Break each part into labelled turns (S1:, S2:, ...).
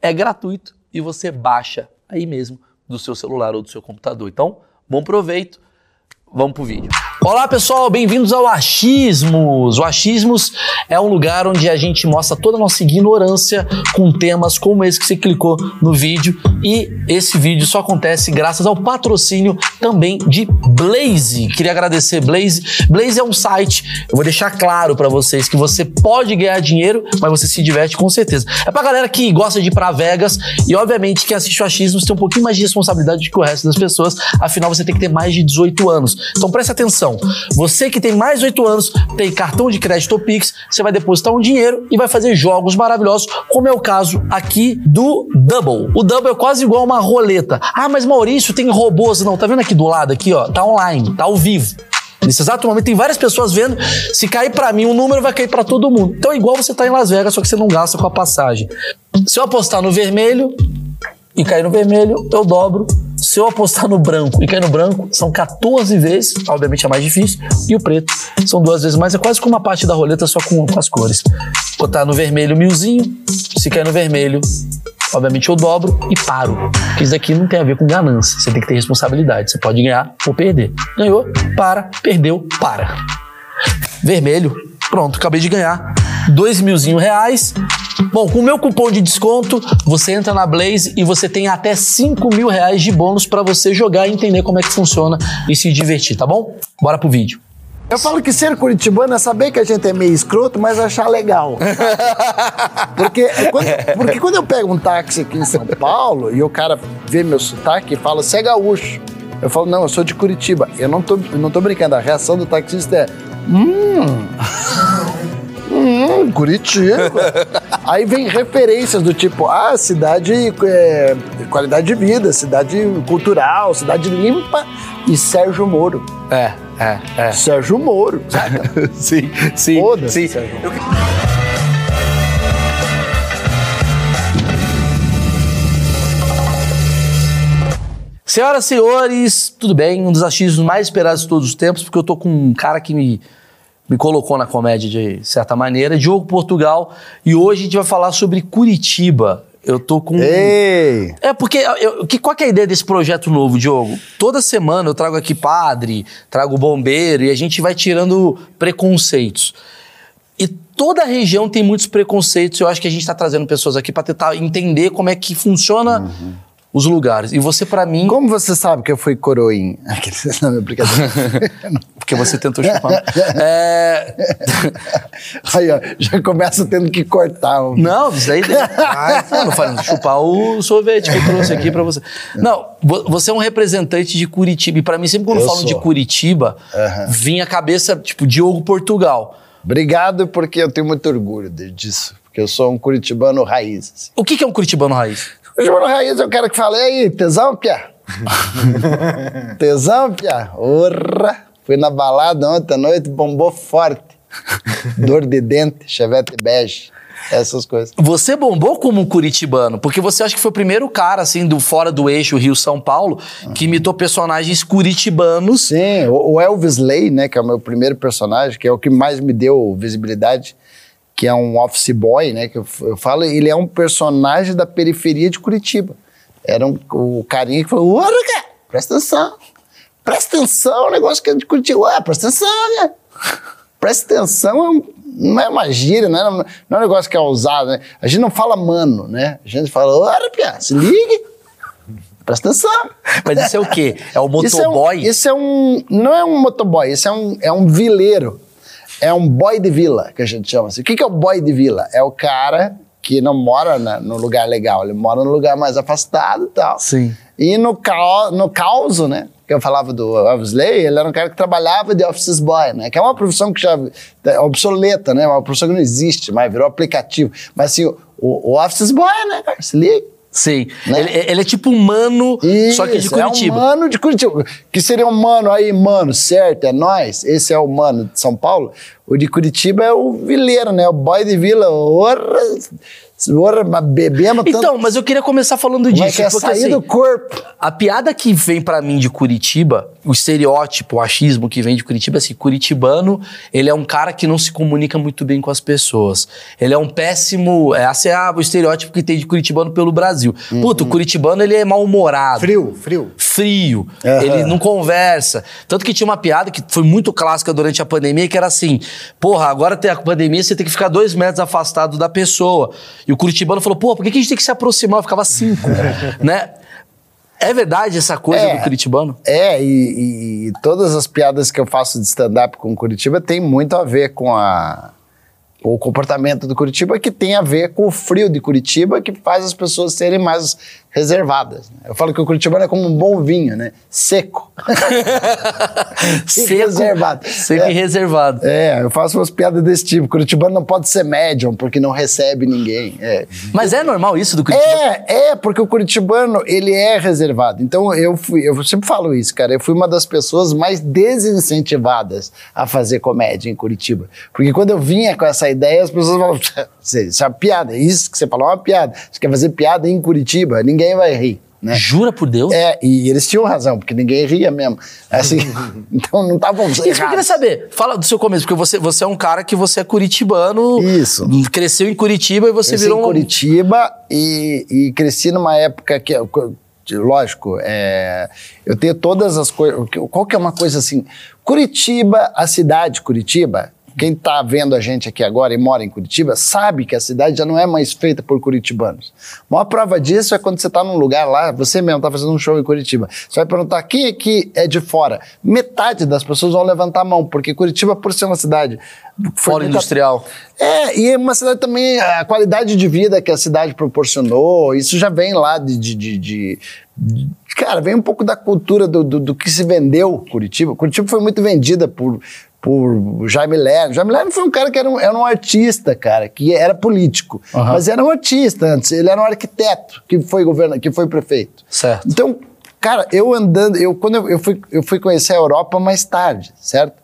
S1: É gratuito e você baixa aí mesmo do seu celular ou do seu computador. Então, bom proveito. Vamos pro vídeo. Olá pessoal, bem-vindos ao Achismos. O Achismos é um lugar onde a gente mostra toda a nossa ignorância com temas como esse que você clicou no vídeo. E esse vídeo só acontece graças ao patrocínio também de Blaze. Queria agradecer Blaze. Blaze é um site, eu vou deixar claro para vocês que você pode ganhar dinheiro, mas você se diverte com certeza. É pra galera que gosta de ir pra Vegas e, obviamente, quem assiste o Achismos tem um pouquinho mais de responsabilidade que o resto das pessoas, afinal você tem que ter mais de 18 anos. Então preste atenção. Você que tem mais de 8 anos, tem cartão de crédito ou Pix, você vai depositar um dinheiro e vai fazer jogos maravilhosos, como é o caso aqui do Double. O Double é quase igual uma roleta. Ah, mas Maurício tem robôs. Não, tá vendo aqui do lado aqui, ó? Tá online, tá ao vivo. Nesse exato momento tem várias pessoas vendo. Se cair para mim um número, vai cair para todo mundo. Então é igual você tá em Las Vegas, só que você não gasta com a passagem. Se eu apostar no vermelho e cair no vermelho, eu dobro. Se eu apostar no branco e cair no branco, são 14 vezes, obviamente é mais difícil, e o preto são duas vezes mais. É quase como uma parte da roleta, só com, com as cores. Botar no vermelho milzinho, se cair no vermelho, obviamente eu dobro e paro. Porque isso daqui não tem a ver com ganância, você tem que ter responsabilidade. Você pode ganhar ou perder. Ganhou, para, perdeu, para. Vermelho, pronto, acabei de ganhar. Dois milzinho reais, Bom, com o meu cupom de desconto, você entra na Blaze e você tem até 5 mil reais de bônus para você jogar e entender como é que funciona e se divertir, tá bom? Bora pro vídeo.
S2: Eu falo que ser curitibano é saber que a gente é meio escroto, mas achar legal. Porque quando, porque quando eu pego um táxi aqui em São Paulo e o cara vê meu sotaque e fala, você é gaúcho. Eu falo, não, eu sou de Curitiba. Eu não tô, eu não tô brincando, a reação do taxista é, hum, hum, Curitiba. Aí vem referências do tipo, ah, cidade é, qualidade de vida, cidade cultural, cidade limpa e Sérgio Moro.
S1: É, é, é.
S2: Sérgio Moro, saca?
S1: Sim, sim.
S2: Foda-se,
S1: sim.
S2: Sérgio Moro.
S1: Senhoras e senhores, tudo bem? Um dos achismos mais esperados de todos os tempos, porque eu tô com um cara que me, me colocou na comédia de certa maneira, Diogo Portugal, e hoje a gente vai falar sobre Curitiba. Eu tô com. um
S2: Ei!
S1: É porque eu- que, qual que é a ideia desse projeto novo, Diogo? Toda semana eu trago aqui padre, trago bombeiro e a gente vai tirando preconceitos. E toda região tem muitos preconceitos. Eu acho que a gente está trazendo pessoas aqui para tentar entender como é que funciona os lugares. E você, para mim,
S2: Como você sabe que eu fui coroinha? Aqueles- Não, é brincadeira.
S1: porque você tentou chupar. é...
S2: Aí, ó, já começa tendo que cortar. um. ó.
S1: Não, isso daí. Ai, não, não falei, chupar o sorvete que eu trouxe aqui pra você. Não, vo- você é um representante de Curitiba. E pra mim, sempre quando
S2: Eu
S1: falam de
S2: sou.
S1: Curitiba,
S2: Aham.
S1: vinha a cabeça, tipo, Diogo Portugal.
S2: Obrigado, porque eu tenho muito orgulho de- disso. Porque eu sou um curitibano raiz. assim.
S1: O que, que é um curitibano raiz?
S2: Curitibano raiz é o cara que fala, e aí, tesão, piá? tesão, piá? Orra! Fui na balada ontem à noite, bombou forte. Dor de dente, chevette bege, essas coisas.
S1: Você bombou como um curitibano, porque você acha que foi o primeiro cara, assim, do fora do eixo Rio-São Paulo,
S2: Uhum.
S1: que imitou personagens curitibanos.
S2: Sim, o o Elvis Lay, né, que é o meu primeiro personagem, que é o que mais me deu visibilidade, que é um office boy, né, que eu, f- eu falo, ele é um personagem da periferia de Curitiba. Era um, o carinha que falou, "Ora, cara, presta atenção, presta atenção, o negócio que é de Curitiba, Ué, presta atenção, né? Presta atenção é um- não é uma gíria, não é, não é um negócio que é ousado, né? A gente não fala mano, né? A gente fala, ora, pia, se ligue. Presta atenção.
S1: Mas isso é o quê? É o
S2: Isso é um-
S1: motoboy?
S2: Isso é um. Não é um motoboy, isso é um, é um vileiro. É um boy de vila, que a gente chama assim. O que que é o boy de vila? É o cara que não mora na- no lugar legal, ele mora num lugar mais afastado e tal.
S1: Sim.
S2: E no, cao- no caos, né? Que eu falava do Elvisley, ele era um cara que trabalhava de office boy, né? Que é uma profissão que já é obsoleta, né? Uma profissão que não existe mais, virou aplicativo. Mas assim, o, o office boy, né, cara? Se liga.
S1: Sim.
S2: Né?
S1: Ele, ele é tipo um mano, só que de
S2: Isso,
S1: Curitiba.
S2: É um mano de Curitiba. Que seria um mano aí, mano, certo? É nós. Esse é o mano de São Paulo. O de Curitiba é o vileiro, né? O boy de vila. Orra, orra, mas bebemos tanto.
S1: Então, mas eu queria começar falando
S2: como é
S1: disso.
S2: que é
S1: porque,
S2: sair
S1: assim,
S2: do corpo.
S1: A piada que vem pra mim de Curitiba, o estereótipo, o achismo que vem de Curitiba, é assim, curitibano, ele é um cara que não se comunica muito bem com as pessoas. Ele é um péssimo, é, esse é a- o estereótipo que tem de curitibano pelo Brasil. Puta, o curitibano, ele é mal-humorado.
S2: Frio, frio.
S1: frio,
S2: Aham.
S1: ele não conversa. Tanto que tinha uma piada que foi muito clássica durante a pandemia, que era assim: porra, agora tem a pandemia, você tem que ficar dois metros afastado da pessoa. E o Curitibano falou: pô, por que que a gente tem que se aproximar? Eu ficava cinco, né? É verdade essa coisa
S2: É.
S1: do Curitibano?
S2: É, e, e- e todas as piadas que eu faço de stand-up com Curitiba tem muito a ver com a com o comportamento do Curitiba, que tem a ver com o frio de Curitiba, que faz as pessoas serem mais reservadas. né? Eu falo que o Curitibano é como um bom vinho, né? Seco. reservado.
S1: Seco
S2: É.
S1: e reservado.
S2: É, eu faço umas piadas desse tipo. Curitibano não pode ser médium, porque não recebe ninguém. É.
S1: Mas é normal isso do Curitibano?
S2: É, é, porque o curitibano, ele é reservado. Então, eu fui, eu sempre falo isso, cara, eu fui uma das pessoas mais desincentivadas a fazer comédia em Curitiba. Porque quando eu vinha com essa ideia, as pessoas falavam, "Isso é- isso é uma piada, isso que você falou é uma piada. Você quer fazer piada em Curitiba, ninguém vai rir, né?
S1: Jura por Deus?
S2: É, e eles tinham razão, porque ninguém ria mesmo. Assim, então não estavam errados.
S1: Isso que eu queria saber. Fala do seu começo, porque você, você é um cara que você é curitibano.
S2: Isso.
S1: Cresceu em Curitiba e você
S2: Cresci
S1: virou
S2: em
S1: um.
S2: Curitiba e, e cresci numa época que, lógico, é, eu tenho todas as coisas. Qual que é uma coisa assim? Curitiba, a cidade de Curitiba. Quem está vendo a gente aqui agora e mora em Curitiba sabe que a cidade já não é mais feita por curitibanos. A maior prova disso é quando você está num lugar lá, você mesmo está fazendo um show em Curitiba. Você vai perguntar quem aqui é de fora. Metade das pessoas vão levantar a mão, porque Curitiba, por ser uma cidade. foi
S1: Fora
S2: muita-
S1: industrial.
S2: é, e é uma cidade também, a qualidade de vida que a cidade proporcionou, isso já vem lá de. de- de- de- de- cara, vem um pouco da cultura do, do- do que se vendeu Curitiba. Curitiba foi muito vendida por. Por Jaime Lerner. Jaime Lerner foi um cara que era um, era um artista, cara, que era político. Mas era um artista antes, ele era um arquiteto que foi governo, que foi prefeito.
S1: Certo.
S2: Então, cara, eu andando, eu quando eu, eu fui, eu fui conhecer a Europa mais tarde, certo?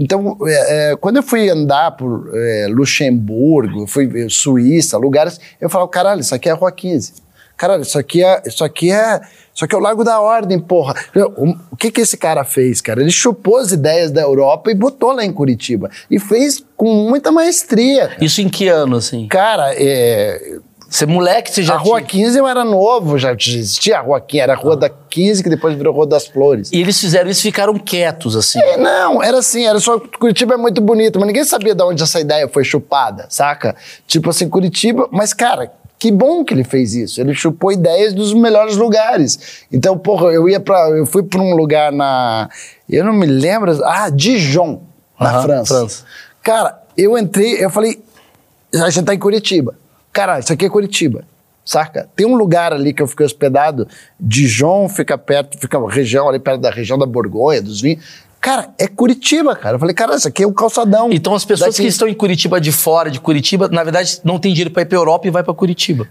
S2: Então, é, é, quando eu fui andar por é, Luxemburgo, eu fui ver Suíça, lugares, eu falava, caralho, isso aqui é a Rua 15. Caralho, isso aqui é, isso aqui é, isso aqui é o Largo da Ordem, porra. Eu, O, o que que esse cara fez, cara? Ele chupou as ideias da Europa e botou lá em Curitiba. E fez com muita maestria.
S1: Isso em que ano, assim?
S2: Cara, é,
S1: Você moleque, você já
S2: a Rua
S1: tinha... Ah.
S2: 15 eu era novo, já existia a Rua 15, era a Rua da 15 que depois virou Rua das Flores.
S1: E eles fizeram isso e ficaram quietos, assim.
S2: É, Não, era assim, era só Curitiba é muito bonito, mas ninguém sabia de onde essa ideia foi chupada, saca? Tipo assim, Curitiba, mas cara, que bom que ele fez isso. Ele chupou ideias dos melhores lugares. Então, porra, eu ia para, eu fui para um lugar na, eu não me lembro, ah, Dijon, na
S1: Aham,
S2: França.
S1: França.
S2: Cara, eu entrei, eu falei, a gente tá em Curitiba. Cara, isso aqui é Curitiba. Saca? Tem um lugar ali que eu fiquei hospedado, Dijon fica perto, fica uma região ali perto da região da Borgonha, dos vinhos. Cara, é Curitiba, cara. Eu falei, cara, isso aqui é um calçadão.
S1: Então as pessoas
S2: Daqui-
S1: que estão em Curitiba de fora de Curitiba, na verdade, não tem dinheiro pra ir pra Europa e vai pra Curitiba.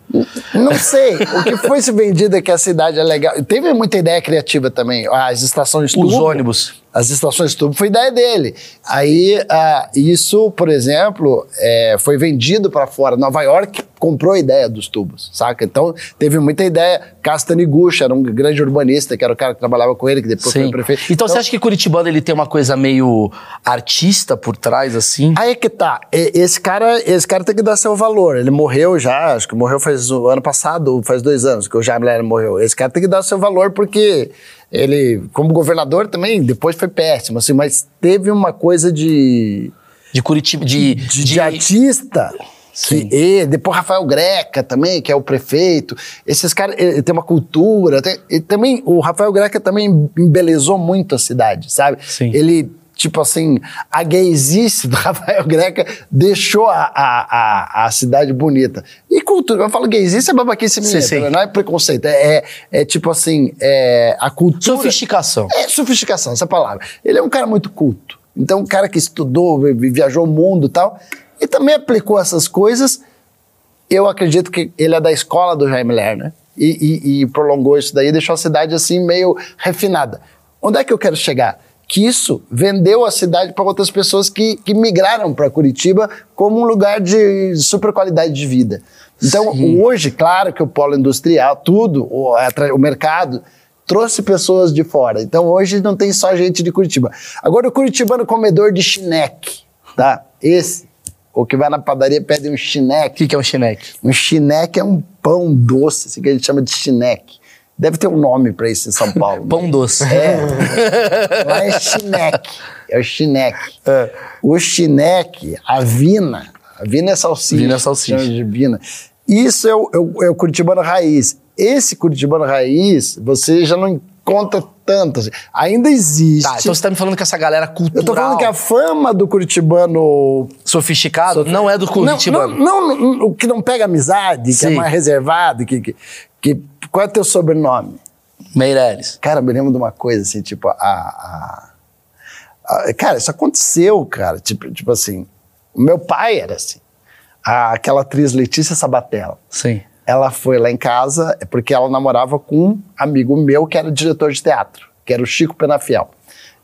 S2: Não sei. o que foi se vendido é que a cidade é legal. E Teve muita ideia criativa também. As estações
S1: Os
S2: tubo.
S1: ônibus.
S2: As estações tubo foi ideia dele. Aí, ah, isso, por exemplo, é, foi vendido para fora. Nova York comprou a ideia dos tubos, saca? Então, teve muita ideia. Castanigucha era um grande urbanista, que era o cara que trabalhava com ele, que depois foi
S1: Sim.
S2: prefeito.
S1: Então, você acha que Curitibano ele tem uma coisa meio artista por trás, assim?
S2: Aí é que tá. E- Esse cara, esse cara tem que dar seu valor. Ele morreu já, acho que morreu faz o ano passado, ou faz dois anos que o Jaime Lerner morreu. Esse cara tem que dar seu valor porque ele, como governador também, depois foi péssimo, assim, mas teve uma coisa de
S1: De Curitiba, de...
S2: de, de artista
S1: Sim.
S2: Que, e depois Rafael Greca também, que é o prefeito. Esses caras eh, tem uma cultura. Tem, e também o Rafael Greca também embelezou muito a cidade, sabe?
S1: Sim.
S2: Ele, tipo assim, a gaysice do Rafael Greca deixou a, a, a, a cidade bonita. E cultura, eu falo gaysice é babaquice mineira,
S1: sim.
S2: né? não é preconceito. É, é, é tipo assim, é, a cultura...
S1: Sofisticação.
S2: É sofisticação, essa palavra. Ele é um cara muito culto. Então, um cara que estudou, vi- viajou o mundo e tal, e também aplicou essas coisas. Eu acredito que ele é da escola do Jaime Lerner e, e- e prolongou isso daí, deixou a cidade assim meio refinada. Onde é que eu quero chegar? Que isso vendeu a cidade para outras pessoas que, que migraram para Curitiba como um lugar de super qualidade de vida. Então, hoje, claro que o polo industrial, tudo, o, atra- o mercado, trouxe pessoas de fora. Então hoje não tem só gente de Curitiba. Agora o curitibano comedor de chineque, tá? Esse, o que vai na padaria pede um
S1: O
S2: chineque.
S1: que, que é um chineque?
S2: Um chineque é um pão doce, assim, que a gente chama de chineque. Deve ter um nome pra isso em São Paulo. né?
S1: Pão doce. É.
S2: É. Lá é chineque. É o chineque.
S1: É.
S2: O chineque, a vina. A vina é salsicha.
S1: Vina é salsicha.
S2: chama De vina. Isso é o, é o- é o curitibano raiz. Esse curitibano raiz, você já não encontra tanto. assim. Ainda existe.
S1: Tá, então você tá me falando que essa galera cultural,
S2: Eu tô falando que a fama do curitibano
S1: sofisticado, não é do Curitiba.
S2: não, não, não, não, o que não pega amizade, que é
S1: Sim.
S2: mais reservado, que, que, que- Qual é teu sobrenome?
S1: Meireles.
S2: Cara, eu me lembro de uma coisa assim, tipo, a. a- a- cara, isso aconteceu, cara. Tipo, tipo assim, o meu pai era assim. A- aquela atriz Letícia Sabatella.
S1: Sim.
S2: Ela foi lá em casa é porque ela namorava com um amigo meu que era diretor de teatro, que era o Chico Penafiel.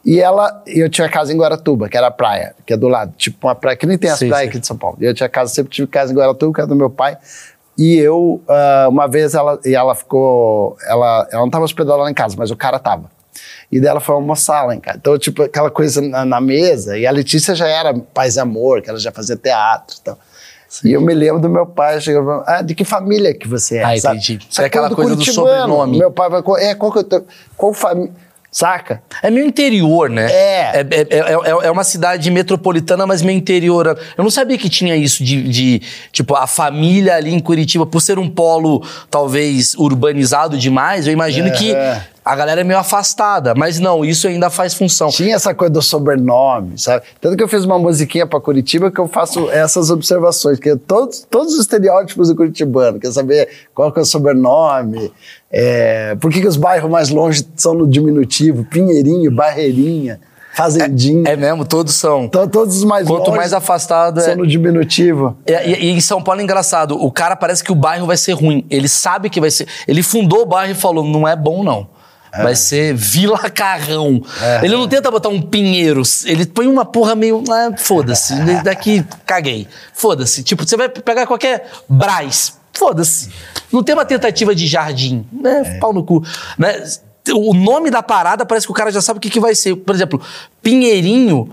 S2: E ela, e eu tinha casa em Guaratuba, que era a praia, que é do lado, tipo uma praia que nem tem as
S1: Sim,
S2: praias
S1: sim.
S2: aqui de São Paulo. E eu tinha casa, sempre tive casa em Guaratuba, que era do meu pai. E eu, ah, uma vez, ela, e ela ficou. Ela, ela não estava hospedada lá em casa, mas o cara tava. E dela foi almoçar lá em casa. Então, tipo, aquela coisa na, na mesa. E a Letícia já era paz e amor, que ela já fazia teatro e tal. E eu me lembro do meu pai chegando falando, ah, de que família que você é?
S1: Ah,
S2: sabe?
S1: entendi. Isso é
S2: Sabe,
S1: aquela coisa do
S2: curitibano.
S1: sobrenome.
S2: Meu pai vai, "Qual- é, qual que eu tô, qual família, saca?
S1: É meio interior, né? É,
S2: É.
S1: é, é- é uma cidade metropolitana, mas meio interior. Eu não sabia que tinha isso de, de, tipo, a família ali em Curitiba, por ser um polo, talvez, urbanizado demais, eu imagino
S2: É.
S1: que a galera é meio afastada. Mas não, isso ainda faz função.
S2: Tinha essa coisa do sobrenome, sabe? Tanto que eu fiz uma musiquinha pra Curitiba que eu faço essas observações, que é todos, todos os estereótipos do curitibano, quer saber qual que é o sobrenome, é, por que, que os bairros mais longe são no diminutivo, Pinheirinho, Barreirinha, Fazendinha.
S1: É mesmo, todos são.
S2: Então, todos os mais
S1: Quanto
S2: longe
S1: mais afastado
S2: são
S1: é.
S2: no diminutivo.
S1: E, e- e em São Paulo é engraçado, o cara parece que o bairro vai ser ruim. Ele sabe que vai ser. Ele fundou o bairro e falou: não é bom, não. Vai ser Vila Carrão. Ele não tenta botar um pinheiro. Ele põe uma porra meio. Ah, foda-se. Daqui caguei. Foda-se. Tipo, você vai pegar qualquer Braz. Foda-se. Não tem uma tentativa de jardim. Né? Pau no cu. Né? O nome da parada parece que o cara já sabe o que, que vai ser. Por exemplo, Pinheirinho.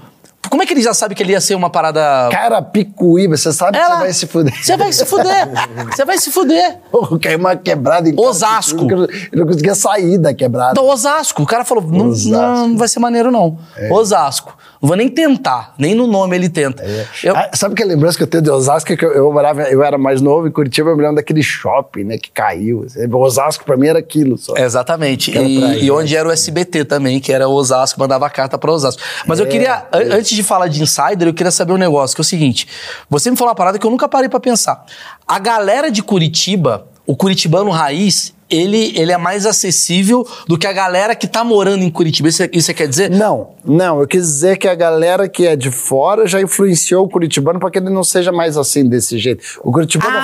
S1: Como é que ele já sabe que ele ia ser uma parada
S2: Cara, picuíba, você sabe que
S1: ela-
S2: você vai se fuder.
S1: Você vai se fuder. Você vai se fuder.
S2: Porra, caiu uma quebrada em
S1: Osasco.
S2: Ele não, não conseguia sair da quebrada.
S1: Então, Osasco. O cara falou, não,
S2: Osasco. É.
S1: não, não vai ser maneiro, não. Osasco. Não vou nem tentar. Nem no nome ele tenta. Eu-
S2: Ah, sabe que a lembrança que eu tenho de Osasco é que eu, eu morava, eu era mais novo em Curitiba, eu me lembro daquele shopping, né, que caiu. Osasco pra mim era aquilo só.
S1: Exatamente.
S2: Aquela
S1: E,
S2: praia,
S1: e
S2: né?
S1: onde era o SBT também, que era Osasco, mandava carta pra Osasco. Mas
S2: É,
S1: eu queria, an- antes de falar de insider, eu queria saber um negócio, que é o seguinte. Você me falou uma parada que eu nunca parei pra pensar. A galera de Curitiba, o curitibano raiz, ele, ele é mais acessível do que a galera que tá morando em Curitiba. Isso, isso você quer dizer?
S2: Não, não, eu quis dizer que a galera que é de fora já influenciou o curitibano pra que ele não seja mais assim desse jeito. O curitibano
S1: Ah,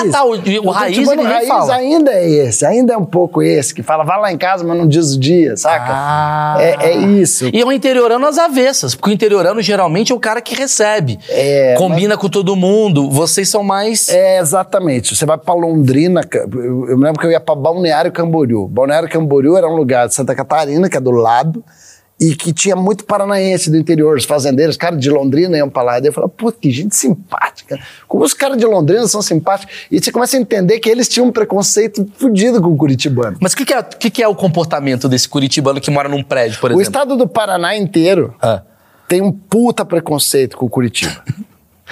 S2: raiz.
S1: tá, o- o raiz
S2: curitibano
S1: ele nem
S2: raiz
S1: fala.
S2: ainda é esse, ainda é um pouco esse, que fala, vai lá em casa, mas não diz o dia, saca?
S1: Ah.
S2: É, é isso.
S1: E é um interiorano às avessas, porque o interiorano geralmente é o cara que recebe.
S2: É,
S1: Combina com todo mundo, vocês são mais.
S2: É, exatamente. Você vai pra Londrina, ca- eu eu me lembro que eu ia pra Balneário Camboriú. Balneário Camboriú era um lugar de Santa Catarina, que é do lado, e que tinha muito paranaense do interior, os fazendeiros, cara de Londrina iam pra lá. Daí eu falava, pô, que gente simpática. Como os caras de Londrina são simpáticos. E você começa a entender que eles tinham um preconceito fodido com o curitibano.
S1: Mas o que, que é, o que, que é o comportamento desse curitibano que mora num prédio, por
S2: O
S1: exemplo?
S2: estado do Paraná inteiro
S1: Ah.
S2: tem um puta preconceito com o Curitiba.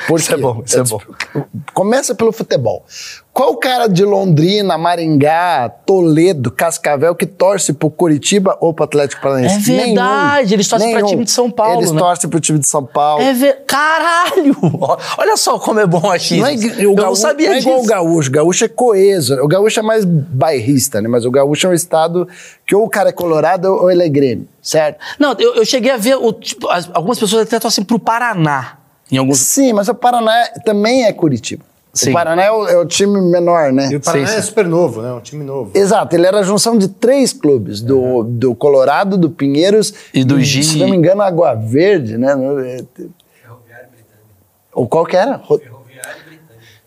S2: Por
S1: Isso é
S2: quê?
S1: bom, isso
S2: Eu
S1: é
S2: te
S1: bom.
S2: explico. Começa pelo futebol. Qual cara de Londrina, Maringá, Toledo, Cascavel que torce pro Curitiba ou pro Atlético Paranaense?
S1: É verdade, eles torcem pra time de São Paulo,
S2: Eles
S1: né?
S2: torcem pro time de São Paulo.
S1: É ver... Caralho! Ó, Olha só como é bom o achismo.
S2: Não é, igu- o
S1: eu não
S2: gaúcho-
S1: sabia
S2: não é igual o
S1: disso.
S2: gaúcho. O gaúcho é coeso. O gaúcho é mais bairrista, né? Mas o gaúcho é um estado que ou o cara é colorado ou ele é grêmio, certo?
S1: Não, eu, eu cheguei a ver, o, tipo, as- algumas pessoas até torcem pro Paraná. Em alguns...
S2: Sim, mas o Paraná também é Curitiba.
S1: Sim.
S2: O Paraná é o, é o time menor, né?
S3: E o Paraná
S1: Sim, sim.
S3: é super novo, né? Um time novo.
S2: Exato, ele era a junção de três clubes, do, do Colorado, do Pinheiros
S1: Uhum. E do Gi-
S2: Se não me engano, Água Verde, né? No- é, te- Ou qual que era? Ro-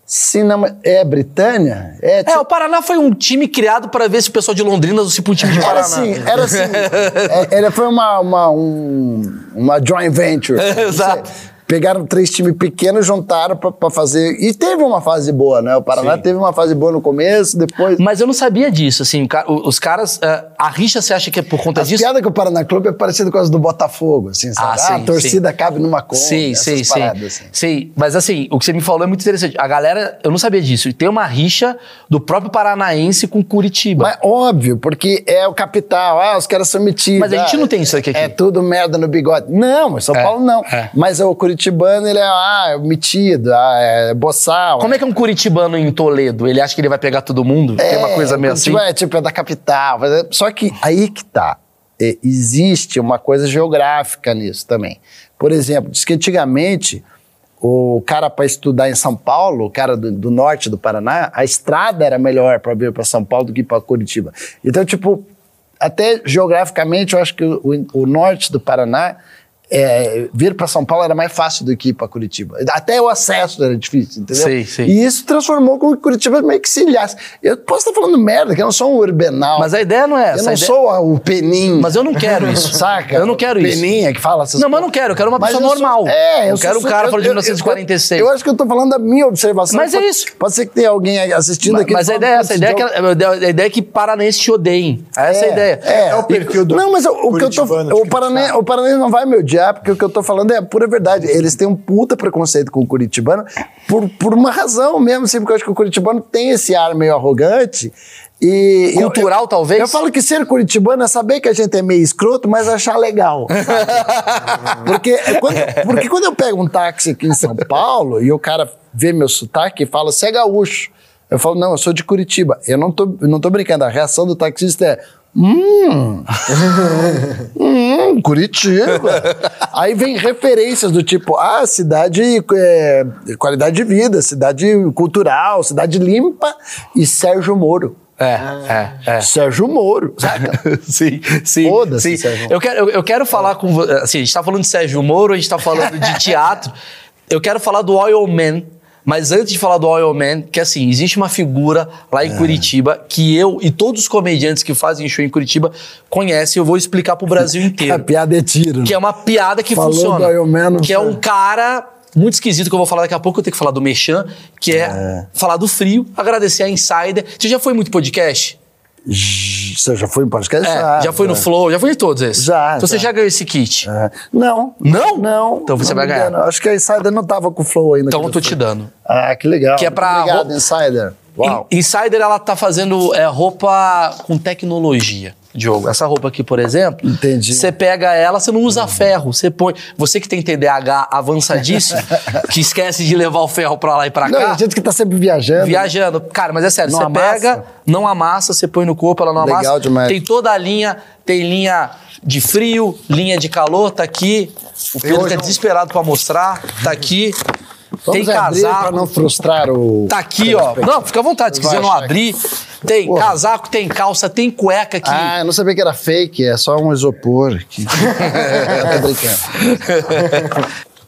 S2: Se não, é Britânia? É,
S1: É, o Paraná foi um time criado para ver se o pessoal de Londrina se pro time de
S2: era
S1: Paraná.
S2: assim, era assim. É, era- foi uma, uma, um- uma joint venture.
S1: Exato.
S2: Pegaram três times pequenos, juntaram pra pra fazer. E teve uma fase boa, né? O Paraná teve uma fase boa no começo, depois.
S1: Mas eu não sabia disso, assim, o ca- o- os caras... é, a rixa, você acha que é por conta
S2: As
S1: disso?
S2: piadas com o Paraná Clube é parecida com as do Botafogo, assim, sabe?
S1: Ah,
S2: Ah,
S1: sim,
S2: a torcida cabe numa conta,
S1: Sim,
S2: essas
S1: sim, sim.
S2: paradas, assim.
S1: Sim, mas assim, o que você me falou é muito interessante. A galera, eu não sabia disso. E tem uma rixa do próprio paranaense com Curitiba.
S2: Mas óbvio, porque é o capital, ah, os caras são metidos.
S1: Mas a gente
S2: ah,
S1: não tem isso aqui, aqui.
S2: É tudo merda no bigode. Não, em São
S1: É,
S2: Paulo não.
S1: é.
S2: Mas o curitibano, ele é, ah, é metido, ah, é boçal.
S1: Como é que é um curitibano em Toledo? Ele acha que ele vai pegar todo mundo? tem uma coisa meio assim?
S2: Curitiba é tipo é da capital. mas é- Só que aí que tá. É, existe uma coisa geográfica nisso também. Por exemplo, diz que antigamente o cara para estudar em São Paulo, o cara do, do norte do Paraná, a estrada era melhor para vir para São Paulo do que para Curitiba. Então, tipo, até geograficamente, eu acho que o, o norte do Paraná, é, vir para São Paulo era mais fácil do que ir para Curitiba. Até o acesso era difícil, entendeu?
S1: Sei, sei.
S2: E isso transformou com que Curitiba meio que se ilhasse. Eu posso estar falando merda, que eu não sou um urbanal.
S1: Mas a ideia não é essa.
S2: eu
S1: a
S2: não
S1: ideia-
S2: sou a- o Penin.
S1: Mas eu não quero isso.
S2: Saca?
S1: Eu não quero isso.
S2: Peninha que fala essas
S1: Não, mas eu
S2: coisas.
S1: não quero, eu quero uma
S2: Mas
S1: pessoa
S2: eu sou-
S1: normal.
S2: É, eu
S1: Não
S2: sou
S1: quero um
S2: super-
S1: cara falando de
S2: eu- eu-
S1: 1946.
S2: Eu, acho que eu tô falando da minha observação.
S1: Mas é
S2: Pode-
S1: isso.
S2: Pode ser que tenha alguém aí assistindo
S1: Mas,
S2: aqui.
S1: mas a
S2: falando,
S1: ideia é essa. A
S2: "Putz,
S1: ideia é, que,
S2: então-
S1: a ideia é que paranaenses te odeiem. Essa é a ideia.
S2: É,
S3: É o perfil do
S2: Não, mas o, o que eu tô.
S3: curitibano,
S2: O
S3: tipo,
S2: Paraná,
S3: chato.
S2: o Paraná não vai me odiar, porque o que eu tô falando é a pura verdade. Eles têm um puta preconceito com o curitibano por, por uma razão mesmo, assim, porque eu acho que o curitibano tem esse ar meio arrogante. E e eu-
S1: Cultural,
S2: eu-
S1: talvez?
S2: Eu falo que ser curitibano é saber que a gente é meio escroto, mas achar legal. sabe? porque, quando, porque quando eu pego um táxi aqui em São Paulo e o cara vê meu sotaque e fala, você é gaúcho. Eu falo, não, eu sou de Curitiba. Eu não tô, eu não tô brincando. A reação do taxista é, hum, hum, Curitiba. Aí vem referências do tipo, ah, cidade, é, qualidade de vida, cidade cultural, cidade limpa e Sérgio Moro. Ah.
S1: É, é, é.
S2: Sérgio Moro, saca?
S1: sim, sim.
S2: Foda-se,
S1: sim.
S2: Sérgio Moro.
S1: Eu quero, eu, eu quero falar com você. Assim, a gente tá falando de Sérgio Moro, a gente tá falando de teatro. Eu quero falar do Oil Man. Mas antes de falar do Oil Man, que assim, existe uma figura lá
S2: É.
S1: em Curitiba que eu e todos os comediantes que fazem show em Curitiba conhecem, eu vou explicar pro Brasil
S2: A
S1: inteiro.
S2: piada é tiro.
S1: que é uma piada que
S2: Falou
S1: funciona.
S2: do Iron Man, não
S1: que é
S2: foi?
S1: um cara muito esquisito que eu vou falar daqui a pouco, eu tenho que falar do Mechan, que é, falar do frio, agradecer a Insider. Você já foi em muito podcast?
S2: Você já foi em podcast?
S1: É, já foi no Flow, já foi em todos esses.
S2: Já,
S1: Então você
S2: já.
S1: já ganhou esse kit.
S2: É. Não.
S1: Não?
S2: Não.
S1: Então você
S2: Não
S1: vai
S2: me
S1: ganhar.
S2: engano. Acho que a Insider não tava com o Flow ainda.
S1: Então
S2: quando
S1: eu tô te
S2: fui.
S1: dando.
S2: Ah, que legal.
S1: Que é pra-
S2: Muito Obrigado, Insider. Uau.
S1: In- Insider, ela tá fazendo é, roupa com tecnologia, Diogo. Essa roupa aqui, por exemplo,
S2: Entendi. Uhum.
S1: você pega ela, você não usa ferro, você põe... Você que tem TDAH avançadíssimo, que esquece de levar o ferro pra lá e pra
S2: Não,
S1: cá...
S2: a gente que tá sempre viajando.
S1: Viajando. Cara, mas é sério,
S2: Não
S1: você
S2: amassa?
S1: pega, não amassa, você põe no corpo, ela não
S2: Legal
S1: amassa.
S2: demais.
S1: Tem toda a linha, tem linha de frio, linha de calor, tá aqui. O Pedro
S2: hoje
S1: tá
S2: eu-
S1: desesperado pra mostrar, tá aqui.
S2: Vamos
S1: tem
S2: abrir
S1: casaco,
S2: pra não frustrar o...
S1: tá aqui, ó. Não, fica à vontade, se
S2: Vai
S1: quiser não
S2: achar
S1: abrir. Tem
S2: Porra.
S1: casaco, tem calça, tem cueca aqui.
S2: Ah, eu não sabia que era fake, é só um isopor. Que... tô brincando.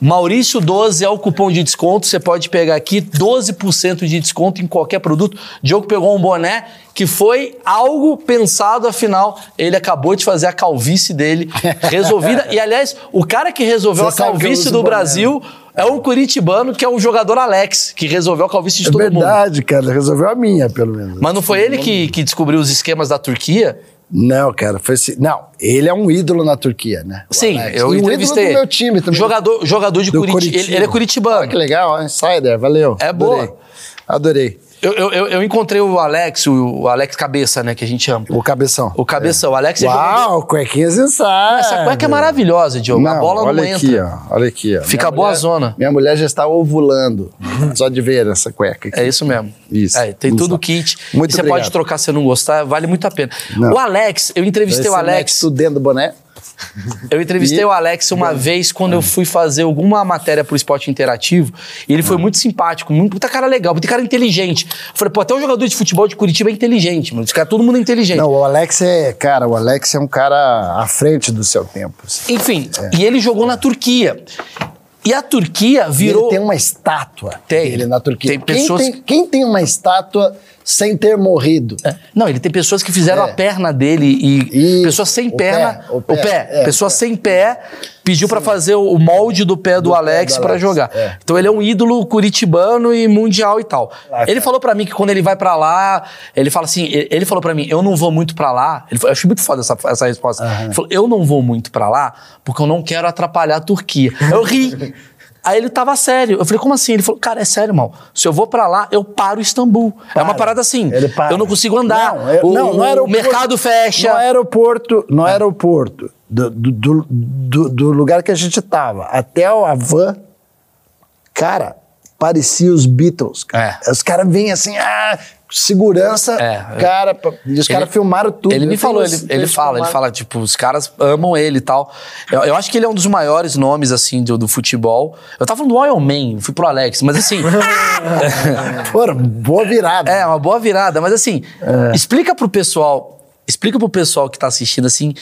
S1: Maurício 12 é o cupom de desconto. Você pode pegar aqui 12% de desconto em qualquer produto. Diogo pegou um boné que foi algo pensado, afinal, ele acabou de fazer a calvície dele resolvida. e, aliás, o cara que resolveu
S2: Você
S1: a
S2: sabe que eu
S1: calvície
S2: uso
S1: do
S2: boné, né?
S1: Brasil é um curitibano que é o jogador Alex, que resolveu a calvície de
S2: É
S1: todo mundo.
S2: verdade, cara. Resolveu a minha, pelo menos.
S1: Mas não foi ele que, que descobriu os esquemas da Turquia?
S2: Não, cara, foi assim. Não, ele é um ídolo na Turquia, né? O
S1: Sim,
S2: Alex.
S1: eu
S2: e um
S1: entrevistei.
S2: ídolo do meu time também.
S1: Jogador, jogador de
S2: Do
S1: Curitiba. Ele, ele é
S2: Olha que
S1: curitibano.
S2: legal, ó, insider, valeu.
S1: É boa.
S2: Adorei. Adorei.
S1: Eu, eu, eu- eu encontrei o Alex, o, o Alex Cabeça, né, que a gente chama.
S2: O cabeção.
S1: O Cabeça, o Alex é jogador-
S2: Uau, cuequinhas insider.
S1: Essa cueca é maravilhosa, Diogo. a bola
S2: olha
S1: não entra.
S2: aqui, ó, olha aqui, ó.
S1: Fica boa a zona.
S2: Minha mulher já está ovulando. Só de ver essa cueca aqui.
S1: É isso mesmo.
S2: Isso.
S1: É, tem
S2: Vamos
S1: tudo
S2: lá.
S1: kit.
S2: Muito
S1: E você
S2: obrigado.
S1: pode trocar se não gostar, vale muito a pena.
S2: Não.
S1: O Alex, eu entrevistei
S2: Daí
S1: o
S2: você
S1: Alex.
S2: mete tudo dentro do boné.
S1: Eu entrevistei
S2: E-
S1: o Alex uma vez quando eu fui fazer alguma matéria pro esporte interativo. E ele foi
S2: Ah.
S1: muito simpático, muito puta cara legal, muito cara inteligente. Eu falei, pô, até o jogador de futebol de Curitiba é inteligente, mano. Esse cara, todo mundo é inteligente.
S2: Não, o Alex é, cara, o Alex é um cara à frente do seu tempo. assim.
S1: Enfim, e ele jogou na Turquia. E a Turquia
S2: E
S1: virou.
S2: Ele tem uma estátua
S1: Tem.
S2: dele na Turquia.
S1: Tem
S2: Quem
S1: pessoas
S2: tem-
S1: que-
S2: Quem, tem, uma estátua sem ter morrido?
S1: É. Não, ele tem pessoas que fizeram
S2: É.
S1: a perna dele e
S2: Isso,
S1: pessoas sem
S2: o
S1: perna,
S2: pé, o pé, é,
S1: pessoa sem pé pediu pra fazer o molde do pé do,
S2: pé
S1: Alex
S2: do
S1: pra
S2: Alex,
S1: jogar.
S2: é.
S1: Então ele é um ídolo curitibano e mundial e tal.
S2: Ah, tá.
S1: ele falou pra mim que quando ele vai pra lá, ele fala assim, e- ele falou pra mim, eu não vou muito pra lá. Ele falou, eu acho muito foda essa, essa resposta. Ele falou, eu não vou muito pra lá porque eu não quero atrapalhar a Turquia. Eu ri. Aí ele tava sério. Eu falei, como assim? Ele falou, cara, é sério, mal. Se eu vou pra lá, eu paro Istambul. É uma parada assim.
S2: Ele para.
S1: Eu não consigo andar.
S2: Não, eu-
S1: o,
S2: não, no
S1: o
S2: aeroporto-
S1: mercado fecha. Ah.
S2: No aeroporto, no aeroporto do, do- do- do- do lugar que a gente tava até o van, cara, parecia os Beatles. Cara. Os caras vêm assim, ah, segurança,
S1: É.
S2: cara, pa- e os caras filmaram tudo.
S1: Ele me
S2: Eu
S1: falou,
S2: tenho
S1: ele,
S2: os-
S1: ele
S2: eles
S1: fala, ele
S2: filmaram.
S1: fala, tipo, os caras amam ele e tal. Eu, eu acho que ele é um dos maiores nomes, assim, do, do futebol. Eu tava falando do Oil Man, fui pro Alex, mas assim,
S2: Pô, boa virada.
S1: é uma boa virada. Mas assim,
S2: É.
S1: explica pro pessoal, explica pro pessoal que tá assistindo, assim,